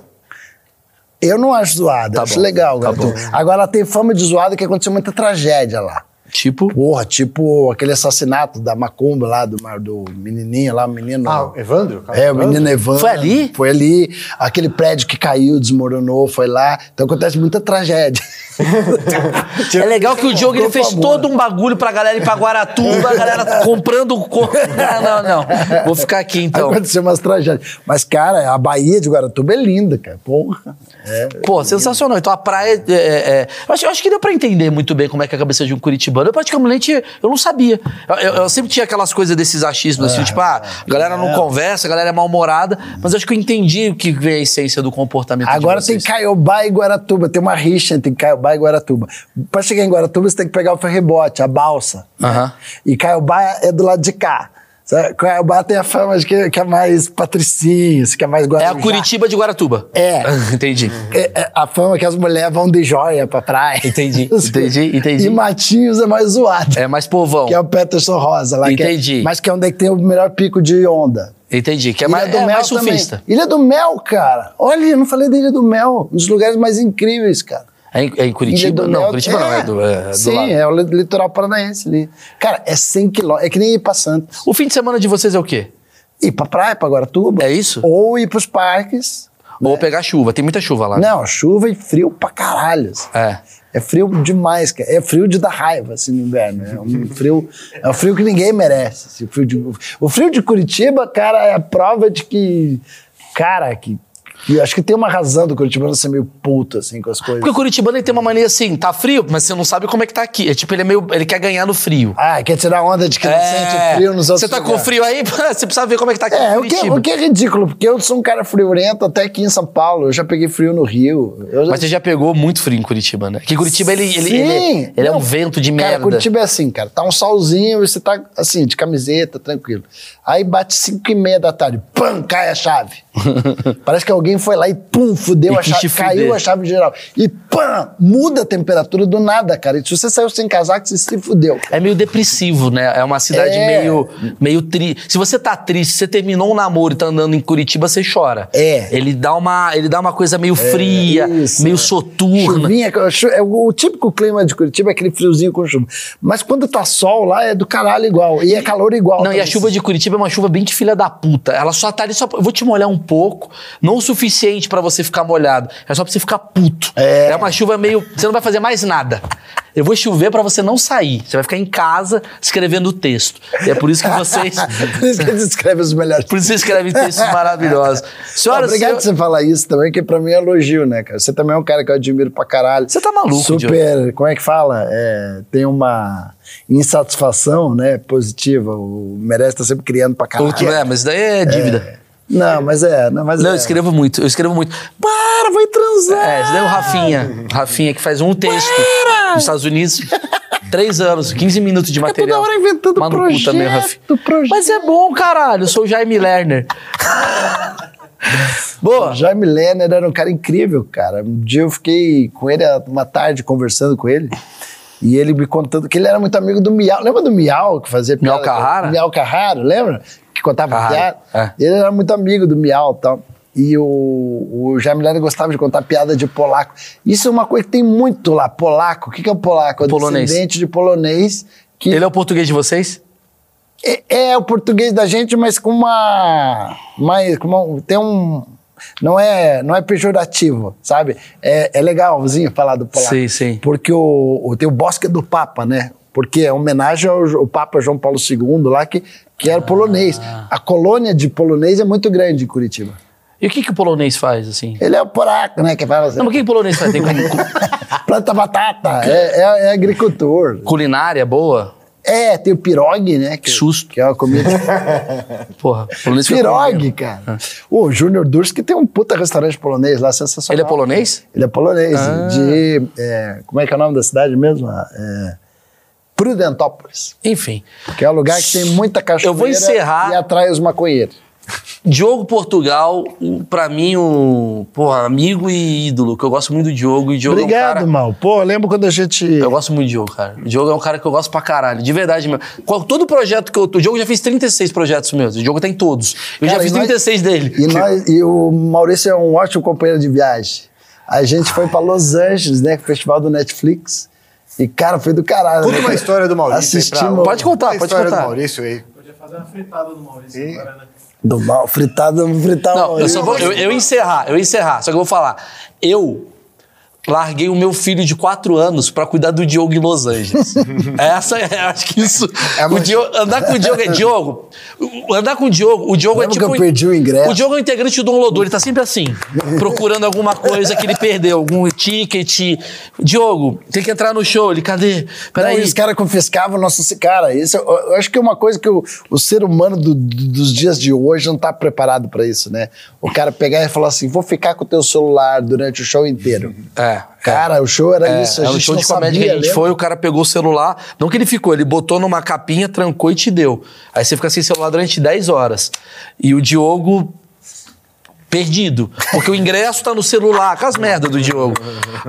S2: Eu não acho zoada,
S1: Tá
S2: eu acho
S1: bom,
S2: legal.
S1: tá
S2: Guaratuba.
S1: bom.
S2: Agora, ela tem fama de zoada que aconteceu muita tragédia lá.
S1: Tipo...
S2: Porra, tipo aquele assassinato da Macumba lá, do, mar- do menininho lá, o menino...
S3: Ah, Evandro?
S2: É, o menino Evandro.
S1: Foi ali?
S2: Foi ali. Aquele prédio que caiu, desmoronou, foi lá. Então acontece muita tragédia.
S1: É
S2: um
S1: legal que o Diogo ele
S2: Por
S1: fez
S2: favor.
S1: todo um bagulho pra galera ir pra Guaratuba, a
S2: É.
S1: galera comprando o corpo. Não, não, não. Vou ficar aqui então.
S2: Aconteceu umas tragédias. Mas, cara, a Bahia de Guaratuba é linda, cara. Porra. É.
S1: Pô, sensacional. Então a praia. é, é, é. Eu, acho, eu acho que deu pra entender muito bem como é que é a cabeça de um curitibano. Eu praticamente eu não sabia. Eu, eu- eu sempre tinha aquelas coisas desses achismos,
S2: É.
S1: assim, tipo, ah, a galera não conversa, a galera é mal-humorada. Mas eu acho que eu entendi o que vem a essência do comportamento de
S2: Agora tem
S1: vocês.
S2: Caiobá e Guaratuba. Tem uma rixa entre Caiobá e Guaratuba. Pra chegar em Guaratuba, você tem que pegar o ferrebote, a balsa.
S1: Aham.
S2: E Caiobá é do lado de cá. Sabe? Caiobá tem a fama de que, que é mais patricinhos, que é mais
S1: É
S2: Guarujá.
S1: a Curitiba de Guaratuba.
S2: É.
S1: entendi.
S2: É, é, a fama é que as mulheres vão de joia pra praia.
S1: Entendi, entendi, entendi.
S2: E Matinhos é mais zoado.
S1: É mais povão.
S2: Que é o Peterson Rosa lá. que é-
S1: Entendi.
S2: mas que é onde que tem o melhor pico de onda.
S1: Entendi. Que é mais, é mais surfista.
S2: também. Ilha do Mel, cara. Olha, eu não falei da Ilha do Mel. Um dos lugares mais incríveis, cara.
S1: É em, é em Curitiba?
S2: Ilha do
S1: Não,
S2: Mel-
S1: Curitiba não, é do, é do
S2: Sim,
S1: lado.
S2: é o li- litoral paranaense ali. Cara, é 100 quilômetros. É que nem ir pra Santos.
S1: O fim de semana de vocês é o quê?
S2: Ir pra praia, pra Guaratuba.
S1: É isso?
S2: Ou ir pros parques.
S1: Ou pegar chuva, tem muita chuva lá. né?
S2: É. Não, chuva e frio pra caralho.
S1: É.
S2: É frio demais, cara. É frio de dar raiva, assim, no inverno. É um frio, é um frio que ninguém merece. assim, o, frio de, o frio de Curitiba, cara, é a prova de que. Cara, que. que acho que tem uma razão do Curitibano ser meio puto, assim, com as coisas.
S1: Porque o Curitibano ele tem uma mania assim, tá frio, mas você não sabe como é que tá aqui. É tipo, ele é meio. Ele quer ganhar no frio.
S2: Ah, quer tirar onda de que não
S1: É.
S2: sente frio nos outros
S1: Você tá com
S2: lugares.
S1: frio aí? Você precisa ver como é que tá aqui.
S2: É,
S1: em
S2: o que,
S1: Curitiba.
S2: o que é ridículo, porque eu sou um cara friorento até aqui em São Paulo. Eu já peguei frio no Rio. Eu já-
S1: Mas você já pegou muito frio em Curitiba, né? Que Curitiba, ele, ele,
S2: Sim.
S1: ele, ele é um
S2: Não.
S1: vento de
S2: Cara,
S1: merda.
S2: Curitiba é assim, cara. Tá um solzinho e você tá, assim, de camiseta, tranquilo. Aí bate 5 e meia da tarde, pam, cai a chave. Parece que alguém foi lá e pum, fudeu
S1: E
S2: a
S1: quis te
S2: chave,
S1: fuder.
S2: caiu a chave geral. E pam, muda a temperatura do nada, cara. E se você saiu sem casaco, você se fudeu.
S1: É meio depressivo, né? É uma cidade
S2: É.
S1: meio, meio triste. Se você tá triste, você terminou um namoro e tá andando em Curitiba, você chora.
S2: É.
S1: Ele dá uma, ele dá uma coisa meio fria,
S2: isso,
S1: meio
S2: é.
S1: soturna.
S2: Chuvinha, chu- é o, o típico clima de Curitiba é aquele friozinho com chuva. Mas quando tá sol lá, é do caralho igual. E é calor igual.
S1: Não, e a
S2: também.
S1: chuva de Curitiba é uma chuva bem de filha da puta. Ela só tá ali só. pra- Eu vou te molhar um pouco, não o suficiente pra você ficar molhado. É só pra você ficar puto. É, uma chuva meio. Você não vai fazer mais nada. Eu vou chover pra você não sair. Você vai ficar em casa escrevendo o texto. E é por isso que vocês.
S2: Por isso que eles escrevem os melhores.
S1: É. por isso que vocês escrevem textos maravilhosos. Senhoras,
S2: Obrigado
S1: senhor...
S2: por você falar isso também, que pra mim é elogio, né, cara? Você também é um cara que eu admiro pra caralho.
S1: Você tá maluco,
S2: Super, como é que fala? É, tem uma insatisfação, né, positiva. O merece estar sempre criando pra caralho.
S1: Outro, é, mas isso daí é dívida.
S2: Não, mas é, não, mas
S1: Não,
S2: é.
S1: eu escrevo muito, eu escrevo muito.
S2: Para, vai transar!
S1: É, isso daí é o Rafinha. Rafinha que faz um texto nos Estados Unidos. Três anos, 15 minutos de
S2: Fica toda
S1: material.
S2: hora inventando
S1: Manda no cu
S2: projeto,
S1: também, Rafinha.
S2: projeto.
S1: Mas é bom, caralho. Eu sou o Jaime Lerner. Boa.
S2: Jaime Lerner era um cara incrível, cara. Um dia eu fiquei com ele uma tarde conversando com ele. E ele me contando que ele era muito amigo do Miau. Lembra do Miau que fazia
S1: Miau
S2: piada?
S1: Carrara?
S2: Miau Carrara, lembra? Que contava
S1: Carrara,
S2: piada.
S1: é.
S2: Ele era muito amigo do Miau e tal. E o, o Jaime Lerner gostava de contar piada de polaco. Isso é uma coisa que tem muito lá. Polaco. O que, que é o polaco? É o
S1: Polonês.
S2: descendente de polonês. Que
S1: Ele é o português de vocês?
S2: é, é o português da gente, mas com uma. Mas com uma- tem um. Não é, não é pejorativo, sabe? É, é legalzinho falar do polaco.
S1: Sim, sim.
S2: Porque o, o- tem o Bosque do Papa, né? Porque é homenagem ao, Jo- ao Papa João Paulo II lá, que, que era polonês.
S1: Ah.
S2: A colônia de polonês é muito grande em Curitiba.
S1: E o que, que o polonês faz, assim?
S2: Ele é o poraco, né? Que fala assim,
S1: Não, mas o que, que o polonês faz? Tem como-
S2: planta batata, é, é- é agricultor.
S1: culinária boa?
S2: É, tem o pirogue, né? Que,
S1: susto.
S2: Que é uma comida.
S1: Porra, o polonês fica
S2: Pirogue,
S1: comendo.
S2: cara. O Júnior Durski tem um puta restaurante polonês lá, sensacional.
S1: Ele é polonês?
S2: Ele é polonês.
S1: Ah.
S2: De. é, como é que é o nome da cidade mesmo? É, Prudentópolis.
S1: Enfim.
S2: Que é um lugar que tem muita cachoeira.
S1: Eu vou encerrar-
S2: E atrai os maconheiros.
S1: Diogo Portugal, o- pra mim, o porra, amigo e ídolo, que eu gosto muito do Diogo. E Diogo é um
S2: Obrigado,
S1: cara...
S2: Mal. Pô, eu lembro quando a gente.
S1: Eu gosto muito do Diogo, cara. O Diogo é um cara que eu gosto pra caralho, de verdade mesmo. Qual- todo projeto que eu. O Diogo já fez 36 projetos meus. O Diogo tá em todos. Eu já
S2: Cara,
S1: fiz
S2: e nós-
S1: 36 dele.
S2: E, nós- e o Maurício é um ótimo companheiro de viagem. A gente foi pra Los Angeles, né? Festival do Netflix. E, cara, foi do caralho.
S3: Conta
S2: né?
S3: uma história do Maurício. aí pra-
S2: Assistimos-
S1: Pode contar,
S3: Conta a
S1: pode
S3: história
S1: contar.
S3: do Maurício aí.
S4: Podia fazer uma fritada no Maurício
S3: Ih.
S4: agora, né?
S2: Do mal, fritado, fritar o
S1: Não, eu
S2: Maurício.
S1: só vou. Eu, eu encerrar, eu encerrar. Só que eu vou falar. Eu larguei o meu filho de 4 anos pra cuidar do Diogo em Los Angeles. Essa é, acho que isso.
S2: É,
S1: o Diogo, andar com o Diogo é Diogo. o- Andar com o Diogo, o Diogo
S2: Lembra
S1: é tipo.
S2: que eu perdi o ingresso?
S1: O Diogo é um integrante do Onlodô, ele tá sempre assim, procurando alguma coisa que ele perdeu, algum ticket. Diogo, tem que entrar no show, ele cadê?
S2: Não, e
S1: Peraí.
S2: os caras confiscavam o nosso. Cara, isso, eu, eu acho que é uma coisa que o, o ser humano do- do- dos dias de hoje não tá preparado pra isso, né? O cara pegar e falar assim: vou ficar com o teu celular durante o show inteiro.
S1: É,
S2: Cara, o show era
S1: É,
S2: isso. A
S1: era
S2: gente
S1: um show
S2: não
S1: de comédia
S2: sabia,
S1: que a gente
S2: lembra?
S1: foi, o cara pegou o celular. Não que ele ficou, ele botou numa capinha, trancou e te deu. Aí você fica sem celular durante 10 horas. E o Diogo Perdido. Porque o ingresso tá no celular, com as merdas do Diogo.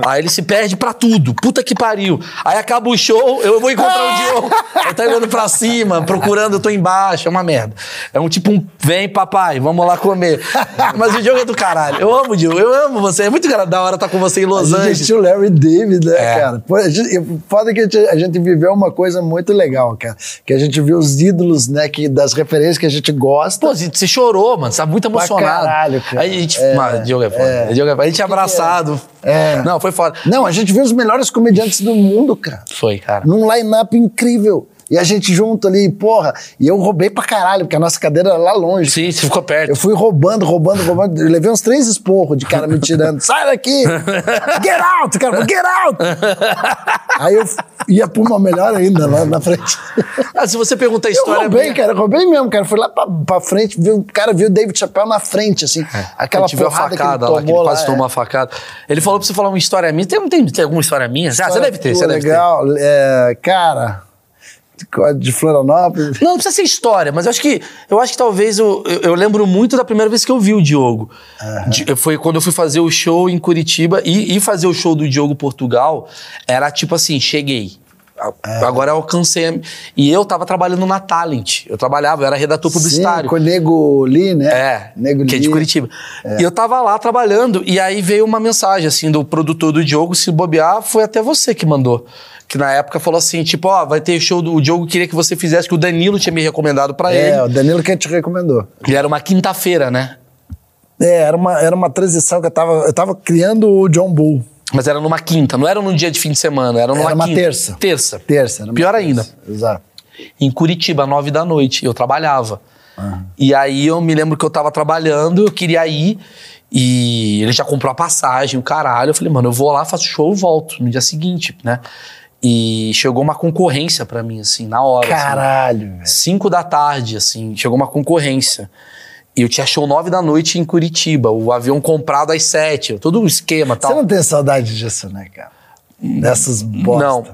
S1: Aí ele se perde pra tudo. Puta que pariu. Aí acaba o show, eu vou encontrar o Diogo. Aí tá olhando pra cima, procurando, eu tô embaixo. É uma merda. É um tipo um, vem papai, vamos lá comer. Mas o Diogo é do caralho. Eu amo o Diogo, eu amo você. É muito gra- da hora estar com você em Los
S2: A gente é
S1: Angeles.
S2: tinha o Larry David, né,
S1: É.
S2: cara? Pô, a gente- e Foda que a gente, a gente viveu uma coisa muito legal, cara. Que a gente viu os ídolos, né? Que, das referências que a gente gosta.
S1: Pô, a gente- você chorou, mano. Você tá muito emocionado.
S2: caralho, cara.
S1: Aí a gente.
S2: É,
S1: mano, Diogo é foda.
S2: é.
S1: Diogo é foda. A gente é abraçado.
S2: É.
S1: Não, foi foda.
S2: Não, a gente viu os melhores comediantes do mundo, cara.
S1: Foi, cara.
S2: Num line-up incrível. E a gente junto ali, porra. E eu roubei pra caralho, porque a nossa cadeira era lá longe.
S1: Sim, você ficou perto.
S2: Eu fui roubando, roubando, roubando. Eu levei uns três esporros de cara me tirando. Sai daqui! Get out, cara! Get out! Aí eu ia pra uma melhor ainda lá na frente.
S1: Ah, se você perguntar a
S2: Eu
S1: história.
S2: roubei,
S1: minha-
S2: cara, eu roubei mesmo, cara. Fui lá pra, pra frente, vi, o cara viu o David Chappelle na frente, assim. Aquela
S1: Eu É. tive uma
S2: porrada
S1: facada
S2: que
S1: lá,
S2: ele
S1: que ele
S2: tomou lá. é.
S1: quase tomou uma facada. Ele falou pra você falar uma história minha. Tem, tem, tem alguma história minha? Ah, você deve ter, você deve ter.
S2: legal. É, cara, de Florianópolis.
S1: Não, não precisa ser história, mas eu acho que eu acho que talvez eu, eu, eu lembro muito da primeira vez que eu vi o Diogo. Di- foi quando eu fui fazer o show em Curitiba e, e fazer o show do Diogo Portugal era tipo assim, cheguei. A- Agora eu alcancei. a- E eu tava trabalhando na Talent. Eu trabalhava, eu era redator publicitário.
S2: Sim, com o Nego Lee, né?
S1: É,
S2: Nego
S1: que é de
S2: Lee.
S1: Curitiba. E eu tava lá trabalhando, e aí veio uma mensagem, assim, do produtor do Diogo, se bobear, foi até você que mandou. Que na época falou assim, tipo, ó, vai ter show do o Diogo, queria que você fizesse, que o Danilo tinha me recomendado pra
S2: É,
S1: ele.
S2: o Danilo que te recomendou.
S1: E era uma quinta-feira, né?
S2: É, era uma, era uma transição que eu tava, eu tava criando o John Bull.
S1: Mas era numa quinta, não era num dia de fim de semana, era numa
S2: Era uma
S1: quinta.
S2: terça.
S1: Terça.
S2: Terça, era uma
S1: Pior
S2: terça.
S1: ainda.
S2: Exato.
S1: em Curitiba, nove da noite. Eu trabalhava.
S2: Ah.
S1: E aí eu me lembro que eu tava trabalhando, eu queria ir. E ele já comprou a passagem, o caralho. Eu falei, mano, eu vou lá, faço show e volto no dia seguinte, né? E chegou uma concorrência pra mim, assim, na hora. assim.
S2: Caralho, velho.
S1: Cinco da tarde, assim, chegou uma concorrência. E eu tinha show nove da noite em Curitiba, o avião comprado às sete, todo um esquema e
S2: Você é
S1: tal.
S2: não tem saudade disso, né, cara? Dessas um bosta.
S1: Não,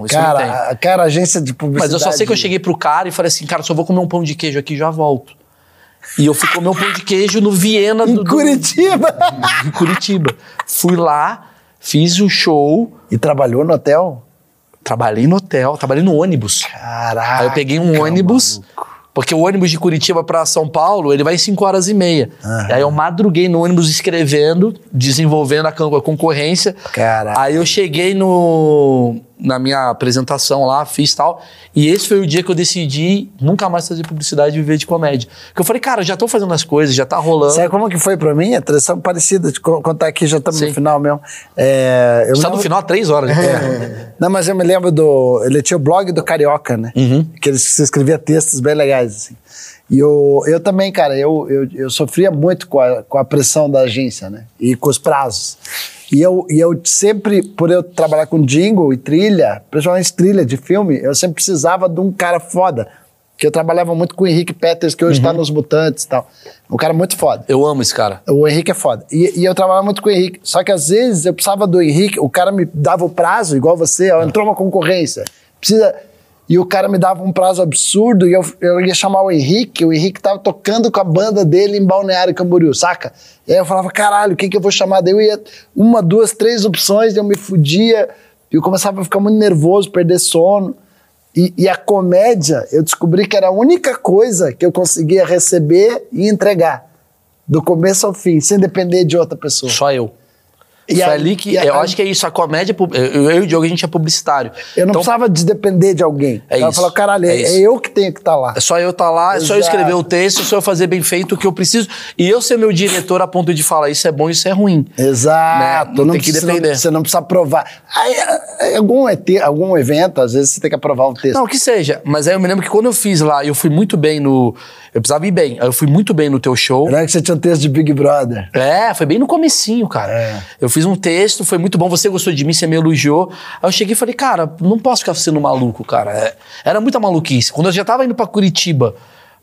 S1: não, isso não tem.
S2: Cara, a- cara, a agência de publicidade.
S1: Mas eu só sei que eu cheguei pro cara e falei assim, cara, só vou comer um pão de queijo aqui e já volto. E eu fui comer um pão de queijo no Viena do,
S2: Em
S1: do-
S2: Curitiba!
S1: em Curitiba. Fui lá, fiz o show,
S2: e trabalhou no hotel?
S1: trabalhei no hotel, trabalhei no ônibus.
S2: Caraca.
S1: Aí eu peguei
S2: é
S1: um ônibus, porque o ônibus de Curitiba pra São Paulo, ele vai em 5 horas e meia. Aí eu madruguei no ônibus escrevendo, desenvolvendo a con- a concorrência.
S2: Caraca.
S1: Aí eu cheguei no na minha apresentação lá, fiz tal, e esse foi o dia que eu decidi nunca mais fazer publicidade e viver de comédia. Porque eu falei, cara, eu já tô fazendo as coisas, já tá rolando.
S2: Sabe como que foi pra mim? A tradição parecida, de co- contar aqui, já estamos
S1: Sim.
S2: no final mesmo. É, eu
S1: Está
S2: não-
S1: tá no final há três horas.
S2: É. Não, mas eu me lembro do. Ele tinha o blog do Carioca, né? Que ele se escrevia textos bem legais, assim. E eu, eu também, cara, eu, eu, eu sofria muito com a, com a pressão da agência, né? E com os prazos. E eu, e eu sempre, por eu trabalhar com jingle e trilha, principalmente trilha de filme, eu sempre precisava de um cara foda. Que eu trabalhava muito com o Henrique Peters, que hoje está nos Mutantes e tal. Um cara muito foda.
S1: Eu amo esse cara.
S2: O Henrique é foda. E, e eu trabalhava muito com o Henrique. Só que às vezes eu precisava do Henrique, o cara me dava o prazo, igual você, ó, entrou uma concorrência. Precisa. E o cara me dava um prazo absurdo e eu, eu ia chamar o Henrique, o Henrique tava tocando com a banda dele em Balneário Camboriú, saca? E aí eu falava, caralho, quem que eu vou chamar? Daí eu ia uma, duas, três opções, eu me fudia, e eu começava a ficar muito nervoso, perder sono. E, e a comédia, eu descobri que era a única coisa que eu conseguia receber e entregar. Do começo ao fim, sem depender de outra pessoa.
S1: Só eu.
S2: E
S1: Foi
S2: aí-
S1: ali que.
S2: e aí-
S1: eu acho que é isso. A comédia. pub- Eu, eu e o Diogo, a gente é publicitário.
S2: Eu não
S1: Então,
S2: precisava de depender de alguém.
S1: É
S2: eu
S1: isso,
S2: falava, caralho,
S1: é
S2: é,
S1: isso.
S2: eu que tenho que estar lá.
S1: É só eu estar lá, é só eu
S2: Exato.
S1: escrever o texto, é só eu fazer bem feito o que eu preciso. E eu ser meu diretor a ponto de falar isso é bom, isso é ruim.
S2: Exato.
S1: Né? Não tem que
S2: precisa-
S1: depender.
S2: Você não precisa provar. Aí, é, é, algum, ET, algum evento, às vezes, você tem que aprovar o texto.
S1: Não, que seja. Mas aí eu me lembro que quando eu fiz lá, eu fui muito bem no. Eu precisava ir bem. Aí eu fui muito bem no teu show.
S2: Não é que você tinha um texto de Big Brother.
S1: É, foi bem no comecinho, cara.
S2: É.
S1: Eu fiz um texto, foi muito bom, você gostou de mim, você me elogiou. Aí eu cheguei e falei, cara, não posso ficar sendo maluco, cara. É, era muita maluquice. Quando eu já tava indo pra Curitiba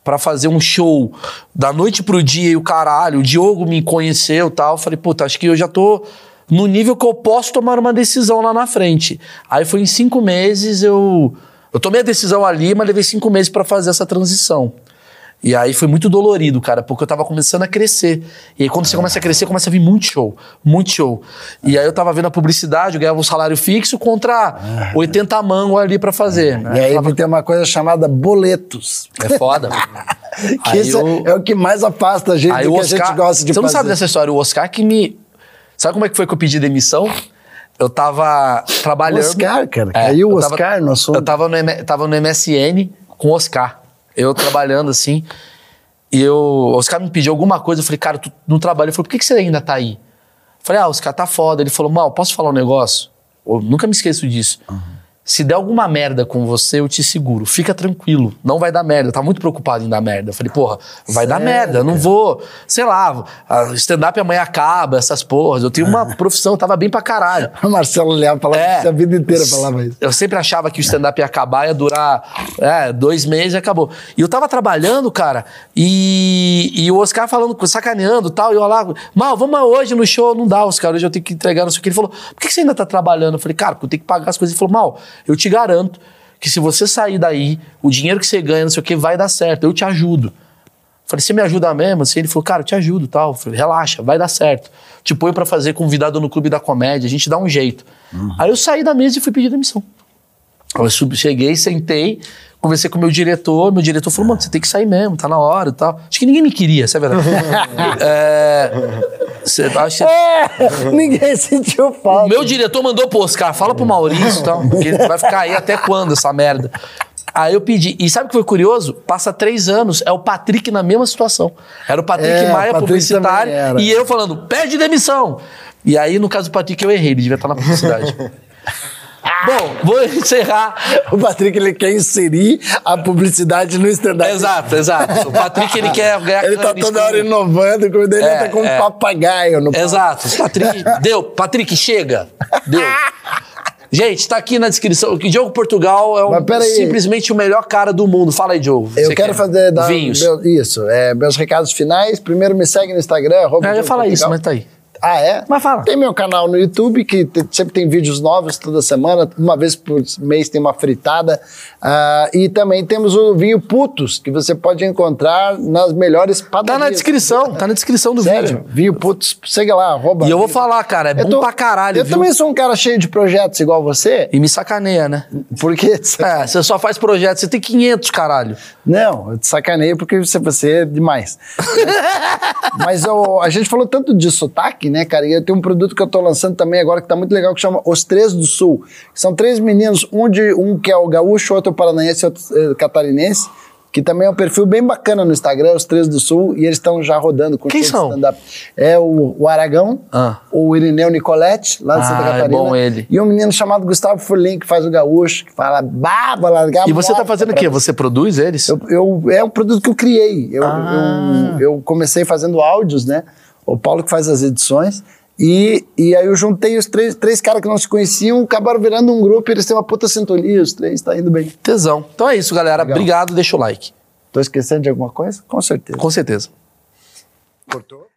S1: pra fazer um show da noite pro dia e o caralho, o Diogo me conheceu e tal, eu falei, puta, acho que eu já tô no nível que eu posso tomar uma decisão lá na frente. Aí foi em cinco meses, eu... Eu tomei a decisão ali, mas levei cinco meses pra fazer essa transição. E aí foi muito dolorido, cara, porque eu tava começando a crescer. E aí quando você começa a crescer, começa a vir muito show, muito show. E aí eu tava vendo a publicidade, eu ganhava um salário fixo
S2: Ah.
S1: contra 80 mango ali pra fazer.
S2: E
S1: né?
S2: aí tem uma coisa chamada boletos.
S1: É foda.
S2: Que isso
S1: eu-
S2: é o que mais afasta a gente
S1: Aí
S2: do
S1: o
S2: que
S1: Oscar.
S2: a gente gosta de
S1: você não sabe
S2: fazer.
S1: dessa história, o Oscar que me. Sabe como é que foi que eu pedi demissão? Eu tava trabalhando.
S2: Oscar, cara,
S1: É,
S2: caiu o
S1: eu tava-
S2: Oscar no assunto.
S1: Eu tava no, M- tava no MSN com o Oscar. Eu trabalhando assim. E eu, o Oscar me pediu alguma coisa. Eu falei, cara, tu não trabalha. Ele falou, por que, que você ainda tá aí? Eu falei, ah, o Oscar tá foda. Ele falou, mal, posso falar um negócio? Eu nunca me esqueço disso. Se der alguma merda com você, eu te seguro. Fica tranquilo. Não vai dar merda. Eu tava muito preocupado em dar merda. Eu falei, porra, vai dar merda. Eu não vou. Sei lá, a stand-up amanhã acaba, essas porras. Eu tenho uma profissão, eu tava bem pra caralho.
S2: O Marcelo olhava e falava
S1: É.
S2: isso a vida inteira, falava isso.
S1: Eu sempre achava que o stand-up ia acabar, ia durar é, dois meses e acabou. E eu tava trabalhando, cara, e, e o Oscar falando, sacaneando e tal, e eu lá, mal, vamos hoje no show, não dá, Oscar, hoje eu tenho que entregar, não sei o que. Ele falou, por que que você ainda tá trabalhando? Eu falei, cara, porque eu tenho que pagar as coisas. Ele falou, mal, eu te garanto que se você sair daí, o dinheiro que você ganha, não sei o que, vai dar certo, eu te ajudo. Eu Falei, você me ajuda mesmo? Assim, ele falou, cara, eu te ajudo e tal. Eu Falei, relaxa, vai dar certo. Te põe pra fazer convidado no Clube da Comédia, a gente dá um jeito. Aí eu saí da mesa e fui pedir demissão. Aí Eu subi, cheguei, sentei, conversei com o meu diretor. Meu diretor falou, mano, você tem que sair mesmo, tá na hora e tal. Acho que ninguém me queria, isso é verdade. é, você, acho que
S2: É, ninguém sentiu
S1: o
S2: falta.
S1: meu diretor mandou pro Oscar, fala pro Maurício e tal, porque ele vai ficar aí até quando essa merda. Aí eu pedi. E sabe o que foi curioso? Passa três anos, é o Patrick na mesma situação. Era o Patrick
S2: É, o
S1: Maia,
S2: Patrick
S1: publicitário,
S2: também era.
S1: e eu falando, pede demissão. E aí, no caso do Patrick, eu errei, ele devia estar na publicidade. Bom, vou encerrar
S2: O Patrick ele quer inserir a publicidade no stand-up.
S1: Exato, exato. O Patrick, ele quer ganhar
S2: Ele tá
S1: canes
S2: toda
S1: com-
S2: hora inovando, quando ele
S1: É,
S2: tá como
S1: é.
S2: um papagaio no
S1: Exato.
S2: tá
S1: Patrick, deu. Patrick, chega. Deu. Gente, tá aqui na descrição. O Diogo Portugal é um-
S2: Mas peraí.
S1: simplesmente o melhor cara do mundo. Fala aí, Diogo.
S2: Eu
S1: Você
S2: quero
S1: quer?
S2: fazer dar
S1: é. Vinhos.
S2: meu- isso, é, meus recados finais. Primeiro me segue no Instagram. arroba
S1: É, eu ia
S2: Diogo
S1: falar isso,
S2: Portugal.
S1: mas tá aí.
S2: Ah, é?
S1: Mas fala.
S2: Tem meu canal no YouTube, que te- sempre tem vídeos novos toda semana. Uma vez por mês tem uma fritada. Ah, e também temos o vinho Putos, que você pode encontrar nas melhores
S1: Tá
S2: padarias.
S1: na descrição, tá na descrição do
S2: Sério,
S1: vídeo.
S2: vinho Putos, segue lá, arroba.
S1: E eu vou
S2: vinho-
S1: falar, cara, é bom
S2: tô-
S1: pra caralho,
S2: Eu
S1: viu?
S2: também sou um cara cheio de projetos igual você,
S1: E me sacaneia, né?
S2: porque...
S1: É, você só faz projeto, você tem 500, caralho.
S2: Não, eu te sacaneio porque você, você é demais. Mas eu- a gente falou tanto de sotaque, né, cara? E eu tenho um produto que eu tô lançando também agora que tá muito legal, que chama Os Três do Sul. São três meninos, um, de, um que é o gaúcho, outro é o paranaense, outro é o catarinense, que também é um perfil bem bacana no Instagram, Os Três do Sul, e eles estão já rodando com
S1: Quem
S2: show de
S1: são?
S2: stand-up. É o, o Aragão,
S1: Ah.
S2: o Irineu Nicoletti, lá de Santa
S1: Ah, é
S2: Catarina.
S1: bom ele.
S2: E um menino chamado Gustavo Furlim, que faz o gaúcho, que fala, bah, vou largar a
S1: E você tá
S2: moto
S1: fazendo o
S2: pra
S1: quê? Você produz eles?
S2: eu, eu- é um produto que eu criei. Eu, eu, eu comecei fazendo áudios, né? O Paulo que faz as edições. E, e aí eu juntei os três, três caras que não se conheciam, acabaram virando um grupo e eles têm uma puta sintonia, os três, tá indo bem.
S1: Tesão. Então é isso, galera.
S2: Legal.
S1: Obrigado, deixa o like.
S2: Tô esquecendo de alguma coisa? Com certeza.
S1: Com certeza.
S2: Cortou?